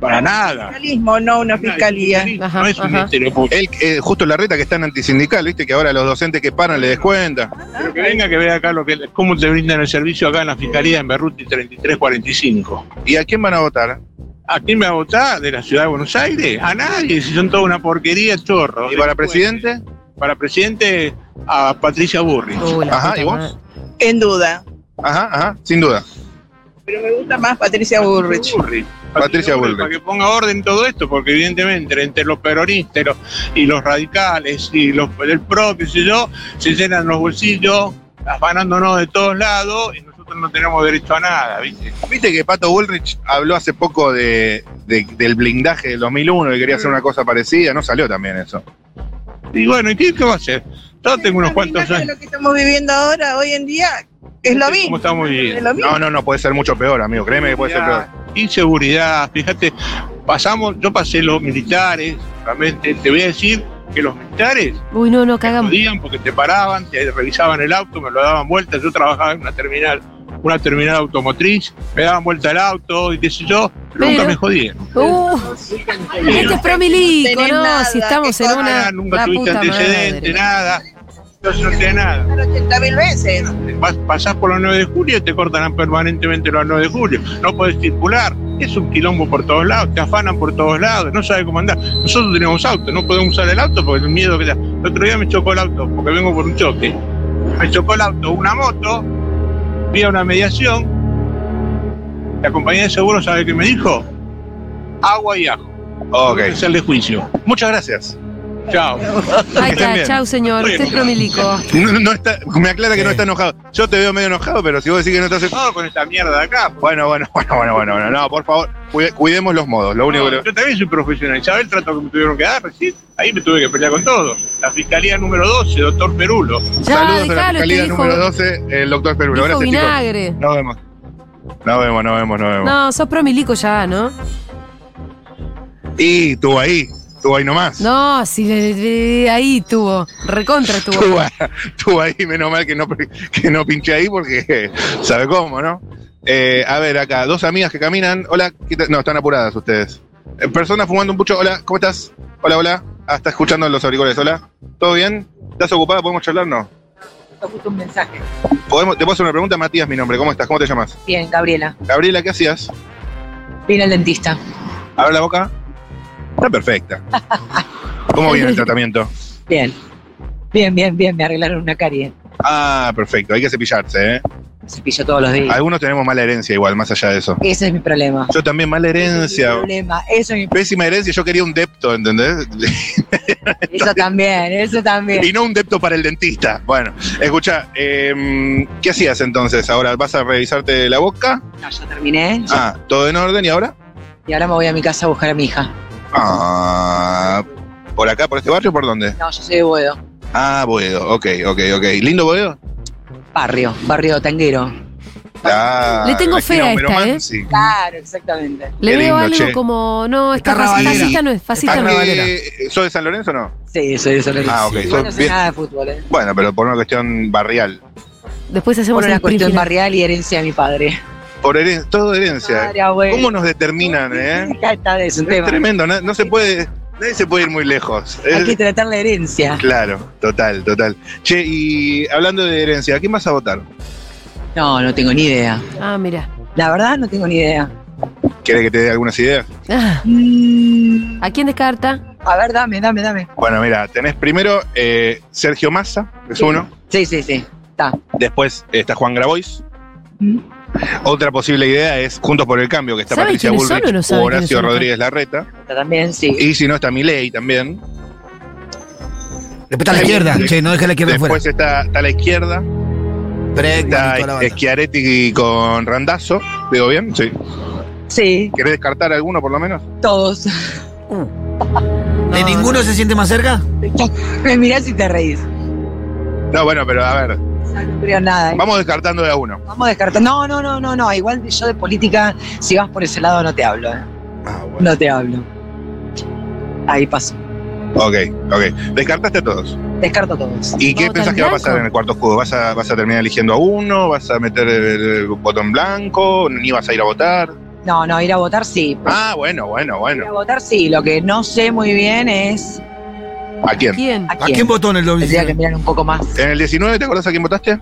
Speaker 11: Para nada.
Speaker 12: Fiscalismo, no una fiscalía.
Speaker 11: no es un ministerio público.
Speaker 3: Él, eh, justo Larreta que está en antisindical, viste que ahora los docentes que paran le descuentan.
Speaker 11: Pero que venga que vea acá lo que, cómo te brindan el servicio acá en la Fiscalía en Berruti 3345.
Speaker 3: ¿Y a quién van a votar?
Speaker 11: ¿A quién me va a votar? ¿De la ciudad de Buenos Aires? A nadie, si son toda una porquería, chorro.
Speaker 3: ¿Y para
Speaker 11: Después,
Speaker 3: presidente?
Speaker 11: Para presidente, a Patricia Burri.
Speaker 1: Uh, la
Speaker 3: Ajá,
Speaker 1: puta
Speaker 3: ¿y vos?
Speaker 12: En duda.
Speaker 3: Ajá, ajá, sin duda.
Speaker 12: Pero me gusta más Patricia Burrich.
Speaker 11: Burri.
Speaker 3: Patricia Bullrich.
Speaker 11: Para que ponga orden en todo esto, porque evidentemente entre los peronistas y los- y los radicales y los del PRO, qué sé yo, se llenan los bolsillos, afanándonos de todos lados y nosotros no tenemos derecho a nada, ¿viste?
Speaker 3: Viste que Pato Bullrich habló hace poco de, de- del blindaje del 2001 y quería hacer una cosa parecida, no salió también eso.
Speaker 11: Y bueno, ¿y qué, qué va a hacer? Yo tengo unos cuantos
Speaker 12: Imagínate
Speaker 11: años.
Speaker 12: lo que estamos viviendo ahora, hoy en día, es lo
Speaker 11: ¿Cómo
Speaker 12: mismo.
Speaker 11: estamos
Speaker 12: Es
Speaker 11: viviendo?
Speaker 12: lo mismo.
Speaker 3: No, no, no, puede ser mucho peor, amigo, créeme que puede ser peor.
Speaker 11: Inseguridad, fíjate, pasamos, yo pasé los militares, realmente te voy a decir que los militares
Speaker 1: Uy, no, no,
Speaker 11: te
Speaker 1: cagamos.
Speaker 11: jodían porque te paraban, te revisaban el auto, me lo daban vuelta, yo trabajaba en una terminal, una terminal automotriz, me daban vuelta el auto y qué sé yo,
Speaker 1: Pero-
Speaker 11: nunca me jodían.
Speaker 1: Uh, este es promilico,
Speaker 12: tenés
Speaker 1: no,
Speaker 12: nada,
Speaker 1: si estamos
Speaker 12: qué
Speaker 1: en
Speaker 12: cosa.
Speaker 1: una.
Speaker 11: nunca
Speaker 1: la
Speaker 11: tuviste
Speaker 1: puta
Speaker 11: antecedente,
Speaker 1: madre.
Speaker 11: nada. Entonces no tenés nada.
Speaker 12: 80 mil veces.
Speaker 11: eh, Vas- pasás por la 9 de julio y te cortan permanentemente la 9 de julio. No podés circular. Es un quilombo por todos lados. Te afanan por todos lados. No sabes cómo andar. Nosotros tenemos auto. No podemos usar el auto porque el miedo que da. El otro día me chocó el auto porque vengo por un choque. Me chocó el auto una moto. Vi a una mediación. La compañía de seguros, ¿sabe qué me dijo? Agua y ajo.
Speaker 3: Ok,
Speaker 11: Hay que Hacerle juicio.
Speaker 3: muchas gracias.
Speaker 11: Chao.
Speaker 1: Ahí
Speaker 3: Estén
Speaker 1: está,
Speaker 3: bien.
Speaker 1: chau, señor. Este
Speaker 11: Estoy
Speaker 1: es
Speaker 11: enojado.
Speaker 1: promilico.
Speaker 3: No, no está, me aclara que no
Speaker 8: Sí.
Speaker 3: está enojado. Yo te veo medio enojado, pero si vos decís que no estás enojado.
Speaker 11: No, con esta mierda de acá.
Speaker 3: Bueno, bueno, bueno, bueno, bueno, bueno, no, por favor, cuide- cuidemos los modos, lo único que le-
Speaker 11: Yo también soy profesional. Ya el trato que me tuvieron que dar recién? Ahí me tuve que pelear con todo. La fiscalía número 12, doctor Perulo.
Speaker 1: Ya,
Speaker 3: Saludos a la
Speaker 1: dejalo,
Speaker 3: fiscalía
Speaker 1: este dijo,
Speaker 3: número 12, el doctor Perulo.
Speaker 1: dijo
Speaker 3: Gracias, chicos.
Speaker 1: vinagre.
Speaker 3: Nos vemos. Nos vemos, nos vemos, nos vemos.
Speaker 1: No, sos promilico ya, ¿no?
Speaker 3: Y tú ahí, tú ahí nomás.
Speaker 1: No, si le- le- ahí tuvo. Recontra tuvo.
Speaker 3: Tú, a- tú ahí, menos mal que no, que no pinché ahí porque sabe cómo, ¿no? Eh, a ver, acá, dos amigas que caminan. Hola, ¿qué tal? no, están apuradas ustedes. Eh, persona fumando un pucho. Hola, ¿cómo estás? Hola, hola. Ah, está escuchando los auriculares. Hola, ¿todo bien? ¿Estás ocupada? ¿Podemos charlar? No.
Speaker 13: justo un mensaje.
Speaker 3: ¿Podemos, te puedo hacer una pregunta, Matías, mi nombre. ¿Cómo estás? ¿Cómo te llamas?
Speaker 13: Bien, Gabriela.
Speaker 3: Gabriela, ¿qué hacías?
Speaker 13: Vine al dentista.
Speaker 3: Abre la boca. Está perfecta. ¿Cómo viene el tratamiento?
Speaker 13: Bien. Bien, bien, bien. Me arreglaron una carie.
Speaker 3: Ah, perfecto. Hay que cepillarse, ¿eh?
Speaker 13: Me Cepillo todos los días.
Speaker 3: Algunos tenemos mala herencia igual, más allá de eso.
Speaker 13: Ese es mi problema.
Speaker 3: Yo también mala
Speaker 13: Ese es
Speaker 3: herencia.
Speaker 13: mi problema. Eso, es mi-
Speaker 3: Pésima herencia, yo quería un depto, ¿entendés?
Speaker 13: eso también, eso también.
Speaker 3: Y no un depto para el dentista. Bueno, escucha, ¿qué hacías entonces? Ahora vas a revisarte la boca.
Speaker 13: No, ya terminé.
Speaker 3: Ah, todo en orden y ahora?
Speaker 13: Y ahora me voy a mi casa a buscar a mi hija.
Speaker 3: Ah, por acá, por este barrio, ¿por dónde?
Speaker 13: No, yo soy de Boedo.
Speaker 3: Ah, Boedo. Ok, ok, ok. ¿Lindo Boedo?
Speaker 13: Barrio, barrio tanguero.
Speaker 3: Ah,
Speaker 1: Le tengo
Speaker 3: la
Speaker 1: fe a esta,
Speaker 3: esquina Homero
Speaker 1: ¿eh?
Speaker 3: Mansi.
Speaker 13: Claro, exactamente.
Speaker 1: Le
Speaker 3: Qué
Speaker 1: veo
Speaker 3: lindo,
Speaker 1: algo
Speaker 3: che.
Speaker 1: como. No, esta
Speaker 8: Está
Speaker 1: raci-
Speaker 8: rabalera.
Speaker 1: fascista no es, fascista no
Speaker 3: Ah,
Speaker 1: es.
Speaker 3: que- ¿Sos de San Lorenzo o no?
Speaker 13: Sí, soy de San
Speaker 3: Ah, ok,
Speaker 13: Igual no
Speaker 3: sos
Speaker 13: sé
Speaker 3: bien-
Speaker 13: nada de fútbol, ¿eh?
Speaker 3: Bueno, pero por una cuestión barrial.
Speaker 1: Después hacemos
Speaker 13: Por una
Speaker 1: el
Speaker 13: cuestión
Speaker 1: print final.
Speaker 13: barrial y herencia de mi padre.
Speaker 3: Por heren- todo herencia.
Speaker 13: Padre, abuelo.
Speaker 3: ¿Cómo nos determinan, eh?
Speaker 13: Acá está, es un
Speaker 3: Es
Speaker 13: tema.
Speaker 3: tremendo, na- no, se puede, nadie se puede ir muy lejos.
Speaker 13: Hay
Speaker 3: Es-
Speaker 13: que tratar la herencia.
Speaker 3: claro, total, total. Che, y hablando de herencia, ¿a quién vas a votar?
Speaker 13: No, no tengo ni idea.
Speaker 1: Ah, mira.
Speaker 13: La verdad, no tengo ni idea.
Speaker 3: ¿Quieres que te dé algunas ideas?
Speaker 1: Ah,
Speaker 13: Mm,
Speaker 1: ¿A quién descarta?
Speaker 13: a ver, dame, dame, dame.
Speaker 3: Bueno, mira, tenés primero eh, Sergio Massa, que es uno.
Speaker 13: Sí, sí, sí. Está.
Speaker 3: Después está Juan Grabois.
Speaker 13: Mm.
Speaker 3: Otra posible idea es Juntos por el Cambio, que está
Speaker 1: ¿Saben
Speaker 3: Patricia
Speaker 1: quiénes son
Speaker 3: Bullrich
Speaker 1: o no saben quiénes
Speaker 3: Horacio
Speaker 1: son?
Speaker 3: Rodríguez Larreta.
Speaker 13: Está también, sí.
Speaker 3: Y si no, está Milei también.
Speaker 8: Respeta a la izquierda.
Speaker 3: Sí.
Speaker 8: Che, no dejes a la izquierda afuera.
Speaker 3: Después está, está la izquierda.
Speaker 8: Breakman y toda la
Speaker 3: Está
Speaker 8: banda.
Speaker 3: Schiaretti este con Randazzo. ¿Digo bien? Sí.
Speaker 13: Sí,
Speaker 3: ¿Querés descartar alguno por lo menos?
Speaker 13: todos.
Speaker 8: ¿De
Speaker 1: Uh. No,
Speaker 8: ninguno
Speaker 1: no.
Speaker 8: se siente más cerca?
Speaker 13: Me mirás y te reís.
Speaker 3: No, bueno, pero a ver,
Speaker 13: No, no creo nada. ¿eh?
Speaker 3: vamos descartando de a uno.
Speaker 13: Vamos a descartar. No, no, no, no, no. Igual yo de política, si vas por ese lado, no te hablo. ¿eh?
Speaker 3: Ah, bueno.
Speaker 13: No te hablo. Ahí pasó.
Speaker 3: Ok, ok. Descartaste a todos.
Speaker 13: Descarto todo eso.
Speaker 3: ¿Y qué pensás que va a pasar en el cuarto escudo? ¿Vas a, ¿Vas a terminar eligiendo a uno? ¿Vas a meter el, el botón blanco? ¿Ni vas a ir a votar?
Speaker 13: No, no, ir a votar sí.
Speaker 3: Ah, bueno,
Speaker 13: Ir
Speaker 3: bueno,
Speaker 13: a
Speaker 3: bueno.
Speaker 13: votar sí. Lo que no sé muy bien es.
Speaker 3: ¿A quién?
Speaker 13: ¿A quién,
Speaker 2: votó en el
Speaker 13: 2019? Tendría que mirar un poco más.
Speaker 3: ¿En el 19 te acordás a quién votaste?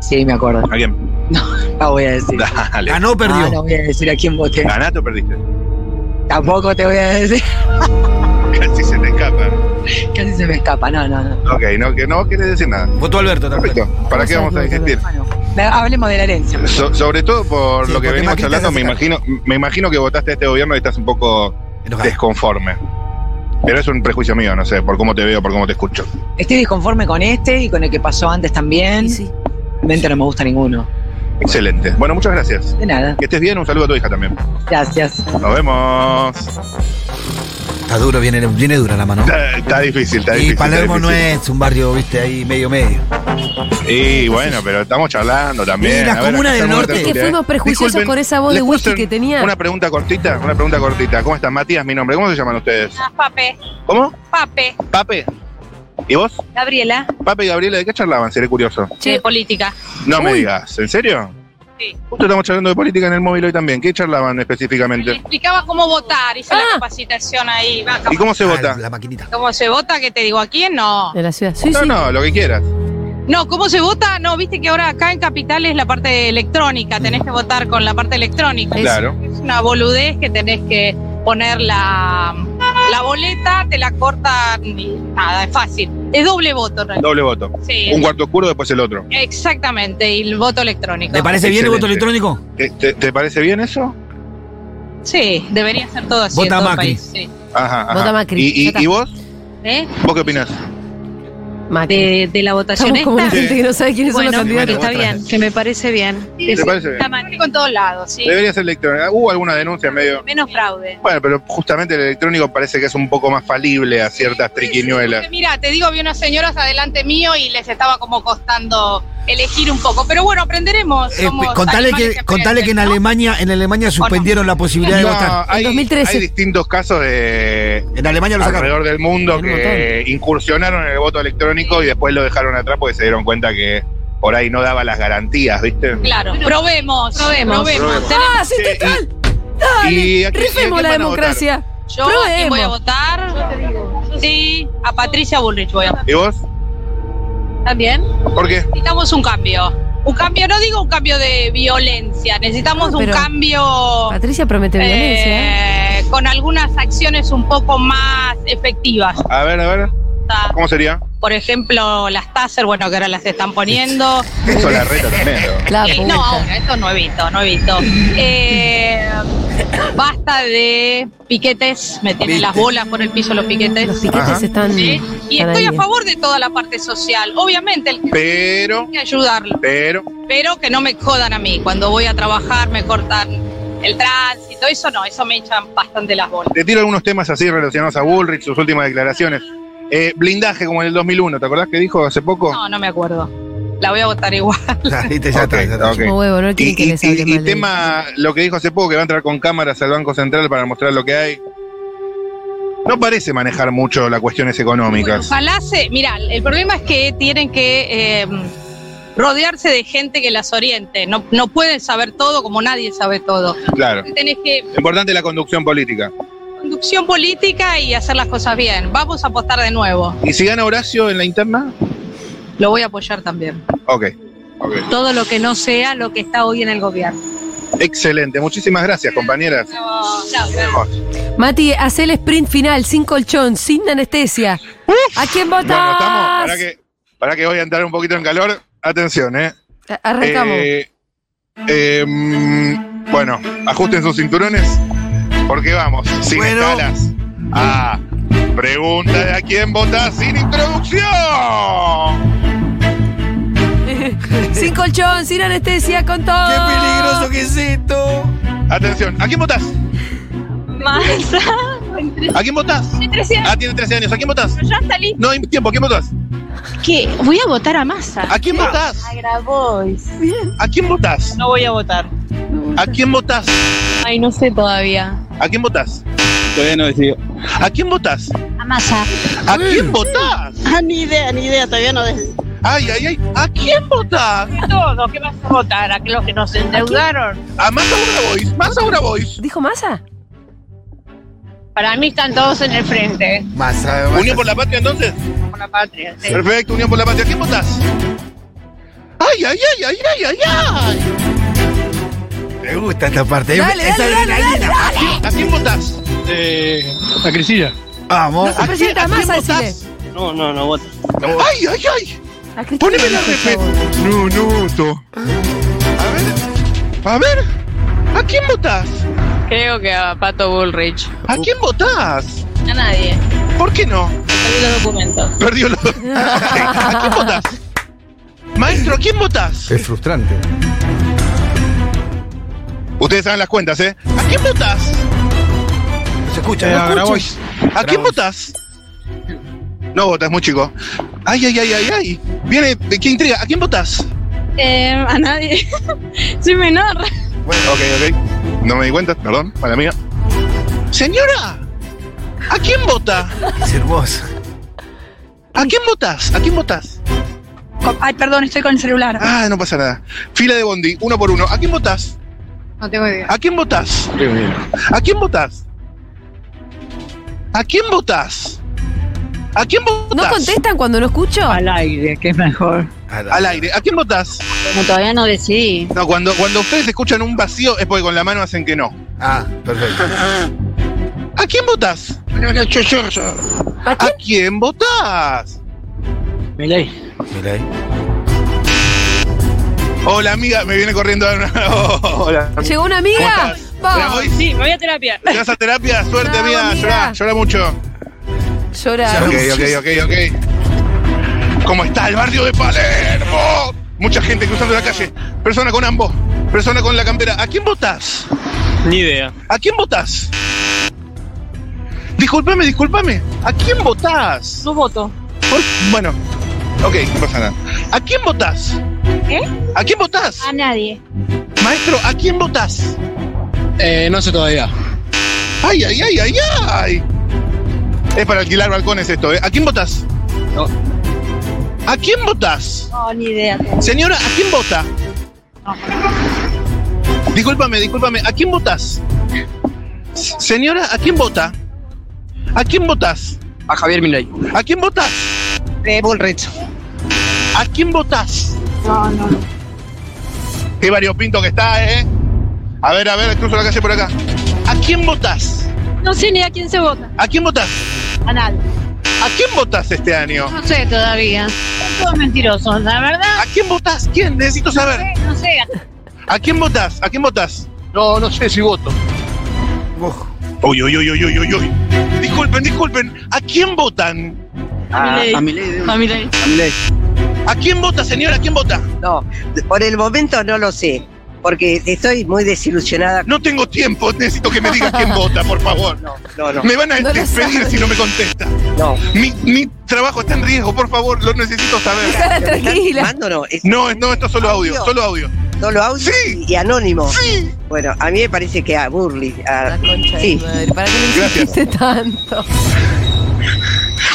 Speaker 13: Sí, me acuerdo.
Speaker 3: ¿A quién?
Speaker 13: No voy a decir. Ah,
Speaker 3: Dale.
Speaker 2: ¿Ganó o perdió?
Speaker 13: No, no voy a decir a quién voté.
Speaker 3: ¿Ganaste o perdiste?
Speaker 13: Tampoco te voy a decir.
Speaker 3: Casi se te escapa.
Speaker 13: Casi se me escapa. No, no, no.
Speaker 3: Ok, no, que no quieres decir nada.
Speaker 2: Votó Alberto también.
Speaker 3: Perfecto. ¿Para qué vamos a insistir?
Speaker 13: Me- Hablemos de la herencia.
Speaker 3: So- sobre todo por
Speaker 13: Sí,
Speaker 3: lo que
Speaker 13: porque
Speaker 3: venimos
Speaker 13: Macrista
Speaker 3: charlando,
Speaker 13: se
Speaker 3: me
Speaker 13: hace
Speaker 3: imagino, me imagino que votaste a este gobierno y estás un poco desconforme. Pero es un prejuicio mío, no sé, por cómo te veo, por cómo te escucho.
Speaker 13: Estoy disconforme con este y con el que pasó antes también. Realmente no me gusta ninguno.
Speaker 3: Excelente. Bueno, muchas gracias.
Speaker 13: De nada.
Speaker 3: Que estés bien, un saludo a tu hija también.
Speaker 13: Gracias.
Speaker 3: Nos vemos.
Speaker 2: Está duro, viene, viene dura la mano.
Speaker 3: Está, está difícil, está
Speaker 2: Y
Speaker 3: difícil.
Speaker 2: Palermo
Speaker 3: está
Speaker 2: no
Speaker 3: difícil.
Speaker 2: es un barrio, viste, ahí medio medio.
Speaker 3: Y bueno, pero estamos charlando también.
Speaker 2: Y las
Speaker 3: A ver,
Speaker 2: comunas del
Speaker 3: hacemos
Speaker 2: norte.
Speaker 3: una
Speaker 2: Es que
Speaker 3: tertulia,
Speaker 1: fuimos
Speaker 3: ¿eh?
Speaker 1: prejuiciosos
Speaker 3: Disculpen,
Speaker 1: con esa voz de
Speaker 3: ¿les puedo
Speaker 1: whisky
Speaker 3: hacer
Speaker 1: que tenía.
Speaker 3: Una pregunta cortita, una pregunta cortita. ¿Cómo están? Matías, mi nombre. ¿Cómo se llaman ustedes?
Speaker 7: Pape,
Speaker 3: ¿Cómo?
Speaker 7: Pape,
Speaker 3: Pape. ¿Y vos?
Speaker 7: Gabriela.
Speaker 3: Pape y Gabriela, ¿de qué charlaban? Seré curioso.
Speaker 9: De política.
Speaker 3: No me digas, ¿en serio?
Speaker 9: Sí.
Speaker 3: Justo estamos charlando de política en el móvil hoy también. ¿Qué charlaban específicamente?
Speaker 14: Explicaba cómo votar, hice la capacitación ahí. va,
Speaker 3: ¿Y cómo se
Speaker 2: Ah,
Speaker 3: vota?
Speaker 2: La maquinita.
Speaker 14: ¿Cómo se vota? ¿Qué te digo? ¿A quién? No.
Speaker 1: De la ciudad.
Speaker 3: no, no, lo que quieras.
Speaker 14: No, ¿cómo se vota? No, viste que ahora acá en Capital es la parte electrónica, tenés que votar con la parte electrónica. Es-
Speaker 3: Claro.
Speaker 14: Es una boludez que tenés que poner la, la boleta, te la cortan y nada, es fácil. Es doble voto, en realidad.
Speaker 3: Doble voto.
Speaker 14: Sí.
Speaker 3: Un cuarto oscuro, después el otro.
Speaker 14: Exactamente, y el voto electrónico.
Speaker 2: ¿Te parece bien el voto electrónico?
Speaker 3: ¿Te, te- te parece bien eso?
Speaker 14: Sí, debería ser todo así.
Speaker 2: Vota
Speaker 14: en todo el
Speaker 2: Macri.
Speaker 14: país, sí.
Speaker 3: Ajá. ajá.
Speaker 14: Vota Macri,
Speaker 3: ¿Y-
Speaker 14: ya
Speaker 3: ¿Y,
Speaker 14: está.
Speaker 3: y vos?
Speaker 14: ¿Eh?
Speaker 3: ¿Vos qué opinás?
Speaker 14: De, de la votación
Speaker 1: Estamos como la
Speaker 14: esta.
Speaker 1: gente que no sabe quiénes son
Speaker 14: Bueno,
Speaker 1: los candidatos.
Speaker 14: Está bien, que me parece bien.
Speaker 3: ¿Te parece bien?
Speaker 14: con todos lados, sí.
Speaker 3: Debería ser electrónico. Hubo alguna denuncia medio.
Speaker 14: Menos fraude.
Speaker 3: Bueno, pero justamente el electrónico parece que es un poco más falible a ciertas triquiñuelas.
Speaker 14: Mira, te digo, vi unas señoras adelante mío y les estaba como costando elegir un poco. Pero bueno, aprenderemos. este
Speaker 2: Eh,
Speaker 14: somos
Speaker 2: contale,
Speaker 14: animales
Speaker 2: que, contale que en Alemania, en Alemania suspendieron la posibilidad de
Speaker 3: No,
Speaker 2: votar.
Speaker 3: hay, hay distintos casos de
Speaker 2: En Alemania lo sacaron.
Speaker 3: alrededor del mundo
Speaker 2: Un
Speaker 3: que incursionaron en el voto electrónico y después lo dejaron atrás porque se dieron cuenta que por ahí no daba las garantías, ¿viste?
Speaker 14: Claro, probemos, probemos.
Speaker 3: Probemos.
Speaker 14: Tenemos-
Speaker 1: ¡Ah, sí, total!
Speaker 3: ¿Y
Speaker 1: ¡Dale!
Speaker 3: a qué-
Speaker 1: ¡Rifemos
Speaker 3: a quién
Speaker 1: la
Speaker 3: van a votar?
Speaker 1: democracia!
Speaker 14: Yo ¿a quién voy a votar. Sí, a Patricia Bullrich voy a votar.
Speaker 3: ¿Y vos?
Speaker 14: ¿También?
Speaker 3: ¿Por qué?
Speaker 14: Necesitamos un cambio. Un cambio, no digo un cambio de violencia, necesitamos
Speaker 1: Ah,
Speaker 14: un
Speaker 1: pero-
Speaker 14: cambio.
Speaker 1: Patricia promete violencia. ¿eh?
Speaker 14: eh, con algunas acciones un poco más efectivas.
Speaker 3: A ver, a ver.
Speaker 14: O sea,
Speaker 3: ¿Cómo sería?
Speaker 14: Por ejemplo, las taser, bueno, que ahora las están poniendo.
Speaker 3: Eso la reta tremendo.
Speaker 14: Eh, no, ahora, esto no evito, no evito. Eh, basta de piquetes, me tienen las bolas por el piso los piquetes. Los
Speaker 1: piquetes Ajá. están-
Speaker 14: Sí, Y
Speaker 1: están
Speaker 14: estoy a
Speaker 1: ahí.
Speaker 14: favor de toda la parte social, obviamente. El
Speaker 3: Pero-
Speaker 14: Hay que ayudarlo.
Speaker 3: Pero
Speaker 14: Pero que no me jodan a mí. Cuando voy a trabajar me cortan el tránsito, eso no, eso me echan bastante las bolas.
Speaker 3: te tiro algunos temas así relacionados a Bullrich, sus últimas declaraciones. Eh, blindaje como en el 2001, ¿te acordás que dijo hace poco?
Speaker 14: No, no me acuerdo. La voy a votar igual.
Speaker 2: Viste, ya está, ya está.
Speaker 3: Ok.
Speaker 1: Como huevo, no quieren que
Speaker 3: Y,
Speaker 1: les hable
Speaker 3: y- y
Speaker 1: mal de mí.
Speaker 3: tema, lo que dijo hace poco, que va a entrar con cámaras al Banco Central para mostrar lo que hay. No parece manejar mucho las cuestiones económicas.
Speaker 14: Ojalá se. Mirá, el problema es que tienen que eh, rodearse de gente que las oriente. No, no pueden saber todo como nadie sabe todo.
Speaker 3: Claro.
Speaker 14: Tenés que
Speaker 3: Importante la conducción política.
Speaker 14: conducción política y hacer las cosas bien. Vamos a apostar de nuevo.
Speaker 3: ¿Y si gana Horacio en la interna?
Speaker 14: Lo voy a apoyar también.
Speaker 3: Ok. ok.
Speaker 14: Todo lo que no sea lo que está hoy en el gobierno.
Speaker 3: Excelente. Muchísimas gracias, compañeras.
Speaker 1: Mati, haz el sprint final, sin colchón, sin anestesia. ¿A quién votás?
Speaker 3: Bueno, estamos. Para que, para que voy a entrar un poquito en calor. Atención, ¿eh?
Speaker 1: A- Arrancamos.
Speaker 3: Eh, eh, mm, bueno, ajusten sus cinturones porque vamos, sin escalas, a pregunta de a quién votás sin introducción.
Speaker 1: sin colchón, sin anestesia, con todo. ¡Qué peligroso
Speaker 2: que es esto!
Speaker 3: Atención, ¿a quién votás? ¿A quién votás? Ah, tiene 13 años. ¿A quién votás?
Speaker 12: ya salí.
Speaker 3: No hay tiempo. ¿A quién votás?
Speaker 12: ¿Qué? Voy a votar a Massa.
Speaker 3: ¿A quién votás?
Speaker 12: A Grabois.
Speaker 3: ¿A quién votás?
Speaker 14: No voy a votar.
Speaker 3: ¿A quién votás?
Speaker 9: Ay, no sé todavía.
Speaker 3: ¿A quién votás?
Speaker 15: Todavía no decido.
Speaker 3: ¿A quién votás?
Speaker 12: A
Speaker 7: masa.
Speaker 3: ¿A quién votás?
Speaker 15: Ah, ni idea, ni idea, todavía no. des-
Speaker 3: Ay, ay, ay, ¿a quién votás?
Speaker 15: Todo, ¿qué vas a votar? ¿A los que nos endeudaron?
Speaker 3: A Ah, Massa Boys, Massa Boys.
Speaker 1: ¿Dijo Massa?
Speaker 15: Para mí están todos en el frente,
Speaker 2: Massa.
Speaker 3: ¿Unión por la patria entonces?
Speaker 15: por la patria. sí.
Speaker 3: Perfecto, Unión por la patria. ¿A quién votás? Ay, ay, ay, ay, ay, ay, ay.
Speaker 2: Me gusta esta parte.
Speaker 3: Dale,
Speaker 2: Esa
Speaker 3: dale, dale,
Speaker 2: adrenalina.
Speaker 3: dale, dale. ¿A quién votás?
Speaker 6: Eh, a Cristina.
Speaker 2: Vamos.
Speaker 1: Se presenta Massa, decile.
Speaker 6: No, no, no voto.
Speaker 3: Ay, ay, ay. Poneme la respeto. No, no voto. A ver, a ver, ¿a quién votás?
Speaker 9: Creo que a Pato Bullrich.
Speaker 3: ¿A quién votás?
Speaker 9: A nadie.
Speaker 3: ¿Por qué no?
Speaker 9: Perdí los documentos.
Speaker 3: Perdió los. ¿A quién votás? Maestro, ¿a quién votás?
Speaker 16: Es frustrante.
Speaker 3: Ustedes saben las cuentas, ¿eh? ¿A quién votás? No se escucha,
Speaker 11: Eh, a
Speaker 3: no
Speaker 11: Grabois.
Speaker 3: escucho. ¿A quién votás? No votas, muy chico. Ay, ay, ay, ay, ay. Viene, eh, qué intriga. ¿A quién votás?
Speaker 12: Eh, a nadie. Soy menor.
Speaker 3: Bueno, ok, ok. No me di cuenta, perdón, para mía. Señora, ¿a quién vota?
Speaker 2: Es hermoso.
Speaker 3: ¿A quién votás? ¿A quién votás?
Speaker 12: Ay, perdón, estoy con el celular.
Speaker 3: Ah, no pasa nada. Fila de Bondi, uno por uno. ¿A quién votás?
Speaker 12: No tengo idea.
Speaker 3: ¿A quién votás? ¿A quién votás? ¿A quién votás? ¿A quién votás?
Speaker 1: ¿No contestan cuando no escucho? Al
Speaker 15: aire, que es mejor.
Speaker 3: Al aire. ¿A quién votás?
Speaker 15: Como todavía no decidí.
Speaker 3: No, cuando, cuando ustedes escuchan un vacío es porque con la mano hacen que no.
Speaker 2: Ah, perfecto.
Speaker 3: ¿A quién votás? ¿A quién, votás?
Speaker 10: Milei.
Speaker 3: Hola, amiga, me viene corriendo a dar una. Hola.
Speaker 1: ¿Llegó una amiga? Vamos.
Speaker 9: Sí, me voy a terapia.
Speaker 3: ¿Te vas a terapia? Suerte,
Speaker 1: Vamos,
Speaker 3: amiga.
Speaker 1: amiga.
Speaker 3: Llora, llora mucho.
Speaker 1: Llora.
Speaker 3: Ok, ok, ok, ok. ¿Cómo está el barrio de Palermo? Mucha gente cruzando la calle. Persona con ambos. Persona con la campera. ¿A quién votás?
Speaker 11: Ni idea.
Speaker 3: ¿A quién votás? Disculpame, disculpame. ¿A quién votás?
Speaker 9: No voto.
Speaker 3: Por- Bueno, ok, no pasa nada. ¿A quién votás?
Speaker 12: ¿Eh?
Speaker 3: ¿A quién votás?
Speaker 12: A nadie.
Speaker 3: Maestro, ¿a quién votás?
Speaker 6: Eh, no sé todavía.
Speaker 3: Ay, ay, ay, ay, ay. Es para alquilar balcones esto, ¿eh? ¿A quién votás?
Speaker 6: No.
Speaker 3: ¿A quién votás?
Speaker 15: No, ni idea.
Speaker 3: Señora, ¿a quién vota? Discúlpame, discúlpame. ¿A quién votás? S- Señora, ¿a quién vota? ¿A quién votás?
Speaker 10: A Javier Milei.
Speaker 3: ¿A quién votás?
Speaker 10: Eh, Bullrich.
Speaker 3: ¿A quién votás?
Speaker 10: No, no, no.
Speaker 3: Qué variopinto que está, ¿eh? A ver, a ver, cruzo la calle por acá. ¿A quién votás?
Speaker 12: No sé ni a quién se vota.
Speaker 3: ¿A quién votás?
Speaker 15: A nadie.
Speaker 3: ¿A quién votás este año?
Speaker 15: No sé todavía. Son todos mentirosos, la verdad.
Speaker 3: ¿A quién votás? ¿Quién? Necesito saber.
Speaker 15: No sé,
Speaker 3: ¿A quién votás? ¿A quién votás?
Speaker 6: No, no sé si voto.
Speaker 3: Uy, uy, uy, uy, uy, uy, uy. Disculpen, disculpen. ¿A quién votan?
Speaker 9: Milei.
Speaker 10: a Milei, de una.
Speaker 9: A Milei.
Speaker 10: A Milei.
Speaker 3: ¿A quién vota, señora? ¿A quién vota?
Speaker 17: No, por el momento no lo sé, porque estoy muy desilusionada. Ah,
Speaker 3: No tengo tiempo, necesito que me diga quién vota, por favor.
Speaker 17: No, no.
Speaker 3: Me van a
Speaker 17: No lo
Speaker 3: despedir
Speaker 17: sabe.
Speaker 3: si no me contesta.
Speaker 17: No.
Speaker 3: Mi, mi trabajo está en riesgo, por favor, lo necesito saber.
Speaker 1: Dejala tranquila.
Speaker 17: Mando no, es
Speaker 3: No, es- no, esto es solo audio, solo audio.
Speaker 17: solo audio
Speaker 3: Sí.
Speaker 17: y, y anónimo.
Speaker 3: Sí.
Speaker 17: Bueno, a mí me parece que a Burley, a-
Speaker 1: Sí.
Speaker 17: sí,
Speaker 1: ¿Para qué me
Speaker 3: Gracias.
Speaker 1: insististe tanto?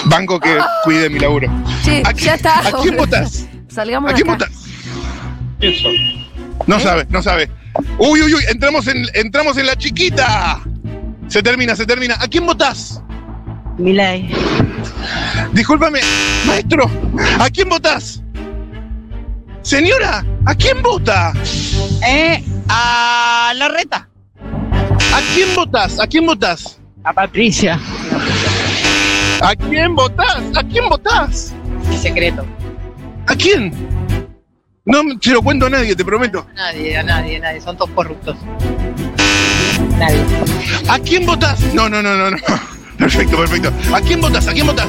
Speaker 3: Banco que cuide mi laburo.
Speaker 1: Che,
Speaker 3: ¿A quién-
Speaker 1: ya está.
Speaker 3: ¿A quién votás?
Speaker 1: Salgamos
Speaker 3: ¿A
Speaker 1: de
Speaker 3: quién
Speaker 1: acá.
Speaker 3: votás? No sabe, no sabe. Uy, uy, uy, entramos en, entramos en la chiquita. Se termina, se termina. ¿A quién votás?
Speaker 15: Milay.
Speaker 3: Discúlpame, maestro, ¿a quién votás? Señora, ¿a quién vota?
Speaker 15: Eh, a la reta.
Speaker 3: ¿A quién votás? ¿A quién votás?
Speaker 15: A Patricia.
Speaker 3: ¿A quién votás? ¿A quién votás?
Speaker 15: secreto.
Speaker 3: ¿A quién? No me- se lo cuento a nadie, te prometo.
Speaker 15: Nadie, a nadie, a nadie. Son todos corruptos. Nadie.
Speaker 3: ¿A quién votás? No, no, no, no, no. Perfecto, perfecto. ¿A quién votás? ¿A quién votás?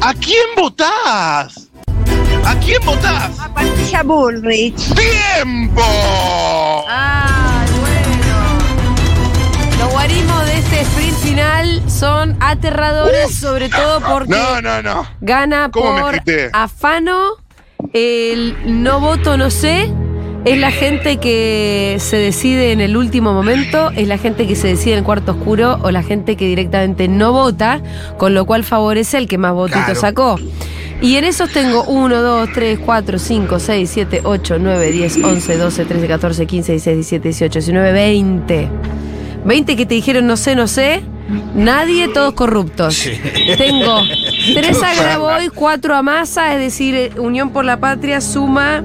Speaker 3: ¿A quién votás? ¿A quién votás?
Speaker 17: a Patricia Bullrich.
Speaker 3: ¡Tiempo!
Speaker 1: Oh. Ah. Ay, bueno. Los guarismos de este sprint final son aterradores, sobre todo porque
Speaker 3: No, no, no.
Speaker 1: gana
Speaker 3: ¿Cómo me
Speaker 1: por
Speaker 3: grité?
Speaker 1: afano, el no voto no sé, Es la gente que se decide en el último momento, es la gente que se decide en el cuarto oscuro o la gente que directamente no vota, con lo cual favorece el que más votitos
Speaker 16: Claro.
Speaker 1: sacó. Y en esos tengo 1, 2, 3, 4, 5, 6, 7, 8, 9, 10, 11, 12, 13, 14, 15, 16, 17, 18, 19, 20. 20 que te dijeron no sé, no sé. Nadie, todos corruptos. Tengo tres a Grabois, cuatro a Massa, es decir, eh, Unión por la Patria suma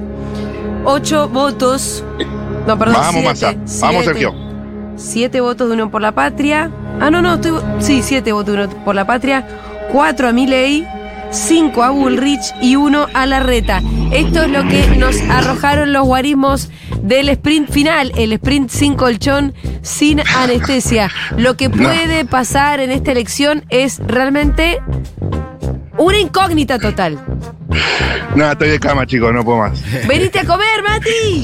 Speaker 1: ocho votos. No, Ah, perdón,
Speaker 3: Vamos,
Speaker 1: siete,
Speaker 3: Massa.
Speaker 1: siete.
Speaker 3: Vamos, Sergio.
Speaker 1: Siete votos de Unión por la Patria. Ah, no, no, estoy. Sí, siete votos de Unión por la Patria. Cuatro a Milei. Cinco a Bullrich y uno a Larreta. Esto es lo que nos arrojaron los guarismos del sprint final, el sprint sin colchón, sin anestesia. Lo que puede pasar en esta elección es realmente una incógnita total.
Speaker 3: No, estoy de cama, chicos, no puedo más.
Speaker 1: ¡Venite a comer, Mati!